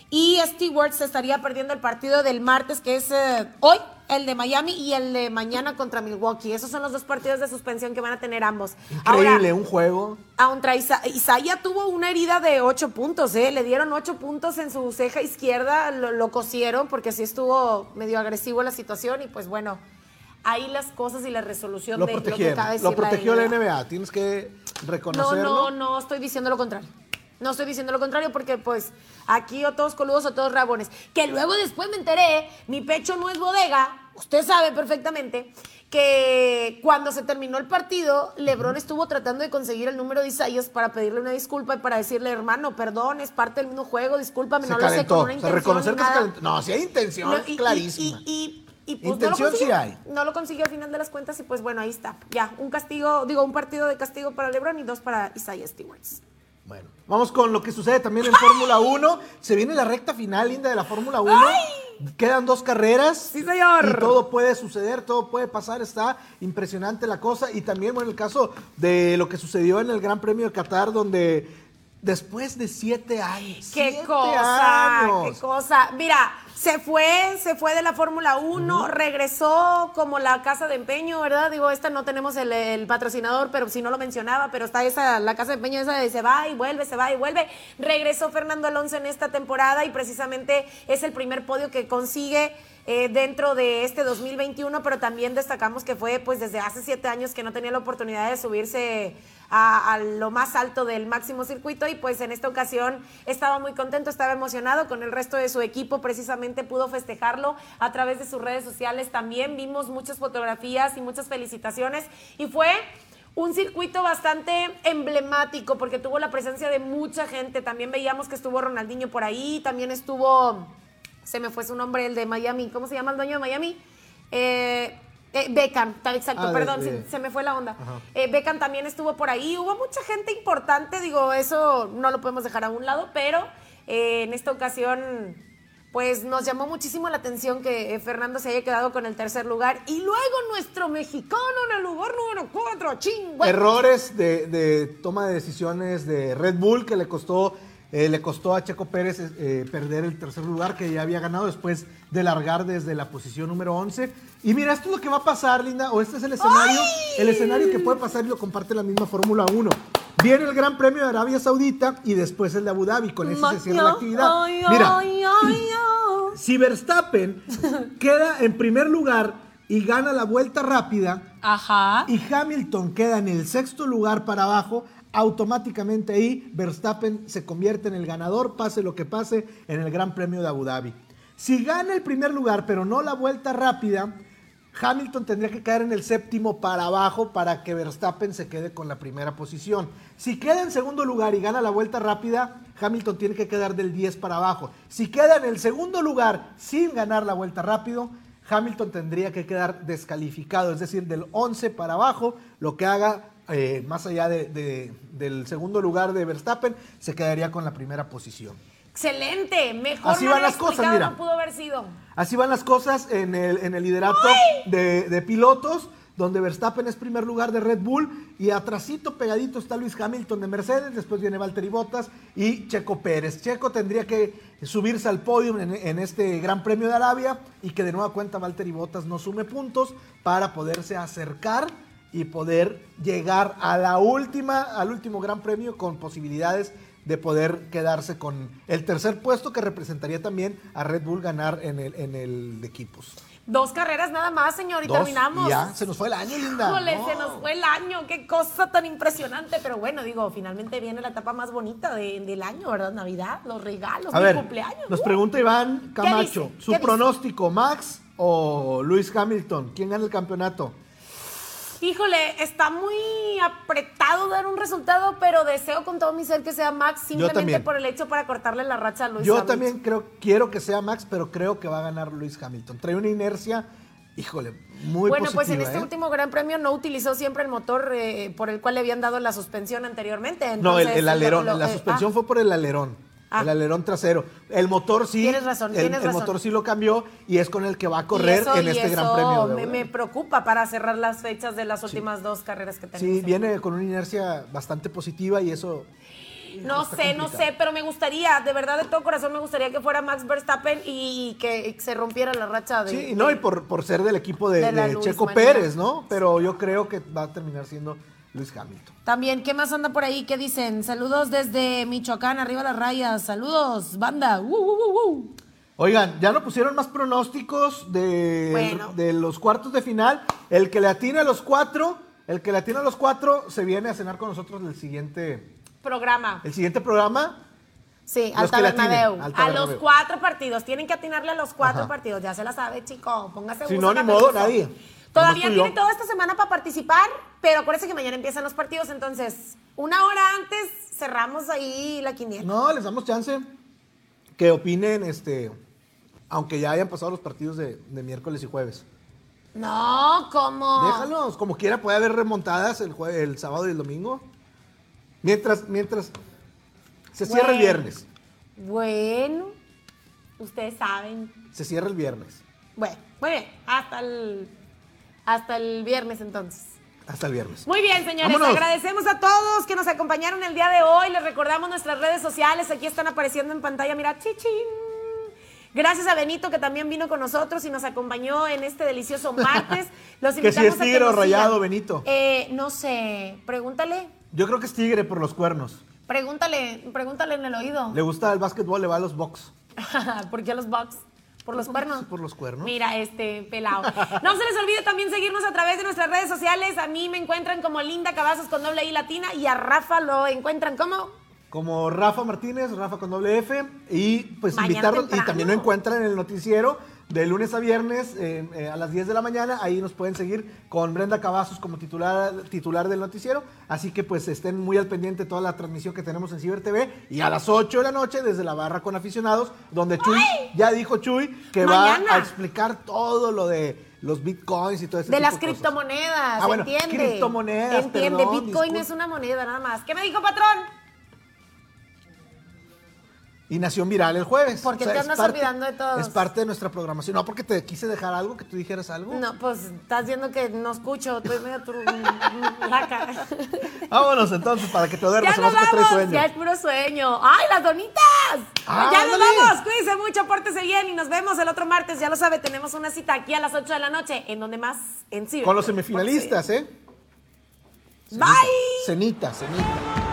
Speaker 2: y Stewart se estaría perdiendo el partido del martes que es eh, hoy el de Miami y el de mañana contra Milwaukee. Esos son los dos partidos de suspensión que van a tener ambos. Ahora,
Speaker 1: Increíble, un juego.
Speaker 2: Auntra Isa Isaiah tuvo una herida de ocho puntos, ¿eh? Le dieron ocho puntos en su ceja izquierda, lo, lo cosieron porque sí estuvo medio agresivo la situación y pues bueno, ahí las cosas y la resolución
Speaker 1: Lo
Speaker 2: de lo que
Speaker 1: protegieron.
Speaker 2: acaba de
Speaker 1: Lo
Speaker 2: decir la
Speaker 1: protegió la
Speaker 2: NBA.
Speaker 1: NBA. Tienes que
Speaker 2: No,
Speaker 1: reconocerlo.
Speaker 2: no, no estoy diciendo lo contrario. No estoy diciendo lo contrario porque, pues, aquí o todos coludos o todos rabones. Que luego después me enteré, mi pecho no es bodega, usted sabe perfectamente, que cuando se terminó el partido, Lebron estuvo tratando de conseguir el número de Isaías para pedirle una disculpa y para decirle, hermano, perdón, es parte del mismo juego, discúlpame,
Speaker 1: Se
Speaker 2: no lo sé con
Speaker 1: calentó. O
Speaker 2: una
Speaker 1: sea,
Speaker 2: intención.
Speaker 1: reconocer
Speaker 2: ni
Speaker 1: que se
Speaker 2: nada".
Speaker 1: calentó. No, si hay intención,
Speaker 2: No, y- y-
Speaker 1: clarísima.
Speaker 2: Y, y- y, pues, no
Speaker 1: Intención
Speaker 2: lo
Speaker 1: sí
Speaker 2: consiguió.
Speaker 1: hay.
Speaker 2: No lo consiguió al final de las cuentas y pues bueno, ahí está. Ya, un castigo, digo, un partido de castigo para LeBron y dos para Isaiah Stewart.
Speaker 1: Bueno, vamos con lo que sucede también en Fórmula 1. Se viene la recta final, linda, de la Fórmula 1. Quedan dos carreras.
Speaker 2: Sí, señor.
Speaker 1: Y todo puede suceder, todo puede pasar. Está impresionante la cosa. Y también, bueno, el caso de lo que sucedió en el Gran Premio de Qatar, donde después de siete años.
Speaker 2: ¡Qué
Speaker 1: siete
Speaker 2: cosa!
Speaker 1: años,
Speaker 2: ¡Qué cosa! Mira, se fue, se fue de la Fórmula 1, regresó como la casa de empeño, ¿verdad? Digo, esta no tenemos el, el patrocinador, pero si no lo mencionaba, pero está esa, la casa de empeño esa de se va y vuelve, se va y vuelve. Regresó Fernando Alonso en esta temporada y precisamente es el primer podio que consigue. eh, dentro de este 2021, pero también destacamos que fue pues desde hace siete años que no tenía la oportunidad de subirse a, a lo más alto del máximo circuito y pues en esta ocasión estaba muy contento, estaba emocionado con el resto de su equipo, precisamente pudo festejarlo a través de sus redes sociales también, vimos muchas fotografías y muchas felicitaciones y fue... Un circuito bastante emblemático porque tuvo la presencia de mucha gente. También veíamos que estuvo Ronaldinho por ahí, también estuvo, se me fue su nombre, el de Miami. ¿Cómo se llama el dueño de Miami? Eh, eh, Beckham, tal exacto,
Speaker 1: Ah, de-
Speaker 2: perdón,
Speaker 1: de-
Speaker 2: sí, se me fue la onda.
Speaker 1: Ajá.
Speaker 2: Eh, Beckham también estuvo por ahí. Hubo mucha gente importante, digo, eso no lo podemos dejar a un lado, pero eh, en esta ocasión, pues nos llamó muchísimo la atención que eh, Fernando se haya quedado con el tercer lugar. Y luego nuestro mexicano en el lugar número cuatro, chingüe.
Speaker 1: Errores de, de toma de decisiones de Red Bull que le costó, eh, le costó a Checo Pérez eh, perder el tercer lugar que ya había ganado después de largar desde la posición número 11. Y mira, esto es lo que va a pasar, Linda, o este es el escenario, el escenario que puede pasar y lo comparte la misma Fórmula 1. Viene el Gran Premio de Arabia Saudita y después el de Abu Dhabi, con ese se cierra la actividad.
Speaker 2: Ay,
Speaker 1: Mira,
Speaker 2: ay, ay, ay.
Speaker 1: si Verstappen queda en primer lugar y gana la vuelta rápida,
Speaker 2: Ajá.
Speaker 1: y Hamilton queda en el sexto lugar para abajo, automáticamente ahí Verstappen se convierte en el ganador, pase lo que pase, en el Gran Premio de Abu Dhabi. Si gana el primer lugar, pero no la vuelta rápida, Hamilton tendría que caer en el séptimo para abajo para que Verstappen se quede con la primera posición. Si queda en segundo lugar y gana la vuelta rápida, Hamilton tiene que quedar del 10 para abajo. Si queda en el segundo lugar sin ganar la vuelta rápido, Hamilton tendría que quedar descalificado, es decir, del 11 para abajo, lo que haga eh, más allá de- de- del segundo lugar de Verstappen, se quedaría con la primera posición.
Speaker 2: Excelente, mejor
Speaker 1: Así
Speaker 2: no
Speaker 1: van
Speaker 2: había
Speaker 1: las cosas,
Speaker 2: explicado,
Speaker 1: mira.
Speaker 2: no pudo haber sido.
Speaker 1: Así van las cosas en el, en el liderato de, de pilotos, donde Verstappen es primer lugar de Red Bull y atrasito pegadito está Luis Hamilton de Mercedes, después viene Valtteri Bottas y Checo Pérez. Checo tendría que subirse al podio en, en este Gran Premio de Arabia y que de nueva cuenta Valtteri Bottas no sume puntos para poderse acercar y poder llegar a la última, al último Gran Premio con posibilidades de poder quedarse con el tercer puesto que representaría también a Red Bull ganar en el, en el de equipos.
Speaker 2: Dos carreras nada más, señor, y
Speaker 1: Dos,
Speaker 2: terminamos.
Speaker 1: y ya, se nos fue el año, linda.
Speaker 2: Híjole,
Speaker 1: No.
Speaker 2: se nos fue el año, qué cosa tan impresionante. Pero bueno, digo, finalmente viene la etapa más bonita de- del año, ¿verdad? Navidad, los regalos,
Speaker 1: A
Speaker 2: mi
Speaker 1: ver,
Speaker 2: cumpleaños.
Speaker 1: nos
Speaker 2: Uh,
Speaker 1: pregunta Iván Camacho,
Speaker 2: dice?
Speaker 1: su
Speaker 2: ¿Qué dice?
Speaker 1: pronóstico, Max o Luis Hamilton, ¿quién gana el campeonato?
Speaker 2: Híjole, está muy apretado dar un resultado, pero deseo con todo mi ser que sea Max simplemente
Speaker 1: también.
Speaker 2: por el hecho para cortarle la racha a Luis.
Speaker 1: Yo
Speaker 2: Hamilton.
Speaker 1: también creo, quiero que sea Max, pero creo que va a ganar Luis Hamilton. Trae una inercia, híjole, muy
Speaker 2: bueno, pues en
Speaker 1: positiva,
Speaker 2: este
Speaker 1: ¿eh?
Speaker 2: último Gran Premio no utilizó siempre el motor eh, por el cual le habían dado la suspensión anteriormente.
Speaker 1: No, el,
Speaker 2: entonces,
Speaker 1: el
Speaker 2: lo-
Speaker 1: alerón.
Speaker 2: lo-
Speaker 1: la
Speaker 2: eh,
Speaker 1: suspensión
Speaker 2: ah.
Speaker 1: fue por el alerón.
Speaker 2: Ah.
Speaker 1: El alerón trasero. El motor sí.
Speaker 2: Tienes razón,
Speaker 1: el,
Speaker 2: tienes
Speaker 1: el
Speaker 2: razón.
Speaker 1: motor sí lo cambió y es con el que va a
Speaker 2: Y
Speaker 1: correr
Speaker 2: eso-
Speaker 1: en
Speaker 2: y
Speaker 1: este Gran
Speaker 2: eso
Speaker 1: Premio. de
Speaker 2: me,
Speaker 1: Abu
Speaker 2: me
Speaker 1: Dhabi.
Speaker 2: preocupa para cerrar las fechas de las últimas dos carreras que tenemos.
Speaker 1: sí, viene con una inercia bastante positiva y eso.
Speaker 2: No
Speaker 1: está
Speaker 2: sé, no
Speaker 1: complicado.
Speaker 2: sé, pero me gustaría, de verdad, de todo corazón, me gustaría que fuera Max Verstappen y, que se rompiera la racha de.
Speaker 1: Sí, no, y por, por ser del equipo de,
Speaker 2: de la
Speaker 1: de
Speaker 2: Luis
Speaker 1: Checo
Speaker 2: Manía.
Speaker 1: Pérez, ¿no? Pero yo creo que va a terminar siendo Luis Hamilton.
Speaker 2: También, ¿qué más anda por ahí? ¿Qué dicen? Saludos desde Michoacán, arriba las rayas. Saludos, banda. Uh, uh, uh, uh.
Speaker 1: Oigan, ya no pusieron más pronósticos de,
Speaker 2: Bueno.
Speaker 1: de los cuartos de final. El que le atina a los cuatro, el que le atina a los cuatro se viene a cenar con nosotros el siguiente,
Speaker 2: Programa.
Speaker 1: el siguiente programa.
Speaker 2: Sí,
Speaker 1: Los
Speaker 2: al
Speaker 1: que le atinen,
Speaker 2: Tabernadeu.
Speaker 1: al
Speaker 2: A
Speaker 1: Tabernadeu.
Speaker 2: los cuatro partidos. Tienen que atinarle a los cuatro
Speaker 1: Ajá.
Speaker 2: partidos. Ya se la sabe, chico. Póngase
Speaker 1: Si
Speaker 2: buzo,
Speaker 1: no, ni
Speaker 2: camerizo.
Speaker 1: modo, nadie. Nomás
Speaker 2: Todavía
Speaker 1: tú y
Speaker 2: tiene
Speaker 1: yo.
Speaker 2: toda esta semana para participar, pero acuérdense que mañana empiezan los partidos. Entonces, una hora antes cerramos ahí la quiniela.
Speaker 1: No, les damos chance que opinen, este, aunque ya hayan pasado los partidos de, de miércoles y jueves.
Speaker 2: No, ¿cómo?
Speaker 1: Déjalos, como quiera, puede haber remontadas el, jue- el sábado y el domingo. Mientras, mientras se cierra
Speaker 2: Bueno.
Speaker 1: el viernes.
Speaker 2: Bueno, ustedes saben.
Speaker 1: Se cierra el viernes.
Speaker 2: Bueno, muy bien. Hasta el, hasta el viernes entonces.
Speaker 1: Hasta el viernes.
Speaker 2: Muy bien, señores.
Speaker 1: Vámonos.
Speaker 2: Agradecemos a todos que nos acompañaron el día de hoy. Les recordamos nuestras redes sociales. Aquí están apareciendo en pantalla. Mira, chichín. Gracias a Benito que también vino con nosotros y nos acompañó en este delicioso martes. Los
Speaker 1: Que si
Speaker 2: invitamos
Speaker 1: es
Speaker 2: a que
Speaker 1: tigre o
Speaker 2: nos
Speaker 1: rayado,
Speaker 2: sigan.
Speaker 1: Benito.
Speaker 2: Eh, no sé. Pregúntale.
Speaker 1: Yo creo que es tigre por los cuernos.
Speaker 2: Pregúntale. Pregúntale en el oído.
Speaker 1: Le gusta el básquetbol, le va a los box.
Speaker 2: ¿Por qué a los Bucks? Por los cuernos.
Speaker 1: Por los cuernos.
Speaker 2: Mira, este pelado. No se les olvide también seguirnos a través de nuestras redes sociales. A mí me encuentran como Linda Cavazos con doble I latina y a Rafa lo encuentran como.
Speaker 1: Como Rafa Martínez, Rafa con doble F. Y pues
Speaker 2: Mañana
Speaker 1: invitarlos.
Speaker 2: temprano.
Speaker 1: Y también lo encuentran en el noticiero de lunes a viernes eh, eh, a las 10 de la mañana. Ahí nos pueden seguir con Brenda Cavazos como titular, titular del noticiero. Así que pues estén muy al pendiente de toda la transmisión que tenemos en Ciber TV. Y a las 8 de la noche desde la barra con aficionados, donde Chuy, ya dijo Chuy, que
Speaker 2: Mañana.
Speaker 1: va a explicar todo lo de los bitcoins y todo eso.
Speaker 2: De las criptomonedas,
Speaker 1: Ah, bueno,
Speaker 2: entiende.
Speaker 1: criptomonedas,
Speaker 2: Entiende,
Speaker 1: perdón,
Speaker 2: Bitcoin
Speaker 1: disculpe.
Speaker 2: es una moneda nada más. ¿Qué me dijo, patrón?
Speaker 1: Y nació viral el jueves.
Speaker 2: ¿Por qué te
Speaker 1: es
Speaker 2: andas olvidando de todos?
Speaker 1: Es parte de nuestra programación. No, porque te quise dejar algo, que tú dijeras algo.
Speaker 2: No, pues estás viendo que no escucho, estoy medio tru- laca.
Speaker 1: Vámonos entonces para que te duermas.
Speaker 2: Ya nos
Speaker 1: sabemos que traes
Speaker 2: vamos,
Speaker 1: sueño.
Speaker 2: ya es puro sueño. ¡Ay, las donitas!
Speaker 1: Ah,
Speaker 2: ya nos
Speaker 1: ándale.
Speaker 2: vamos, cuídense mucho, pórtese bien y nos vemos el otro martes. Ya lo sabe, tenemos una cita aquí a las 8 de la noche, en donde más, en sí.
Speaker 1: Con los semifinalistas, ¿eh?
Speaker 2: Bye.
Speaker 1: Cenita, cenita.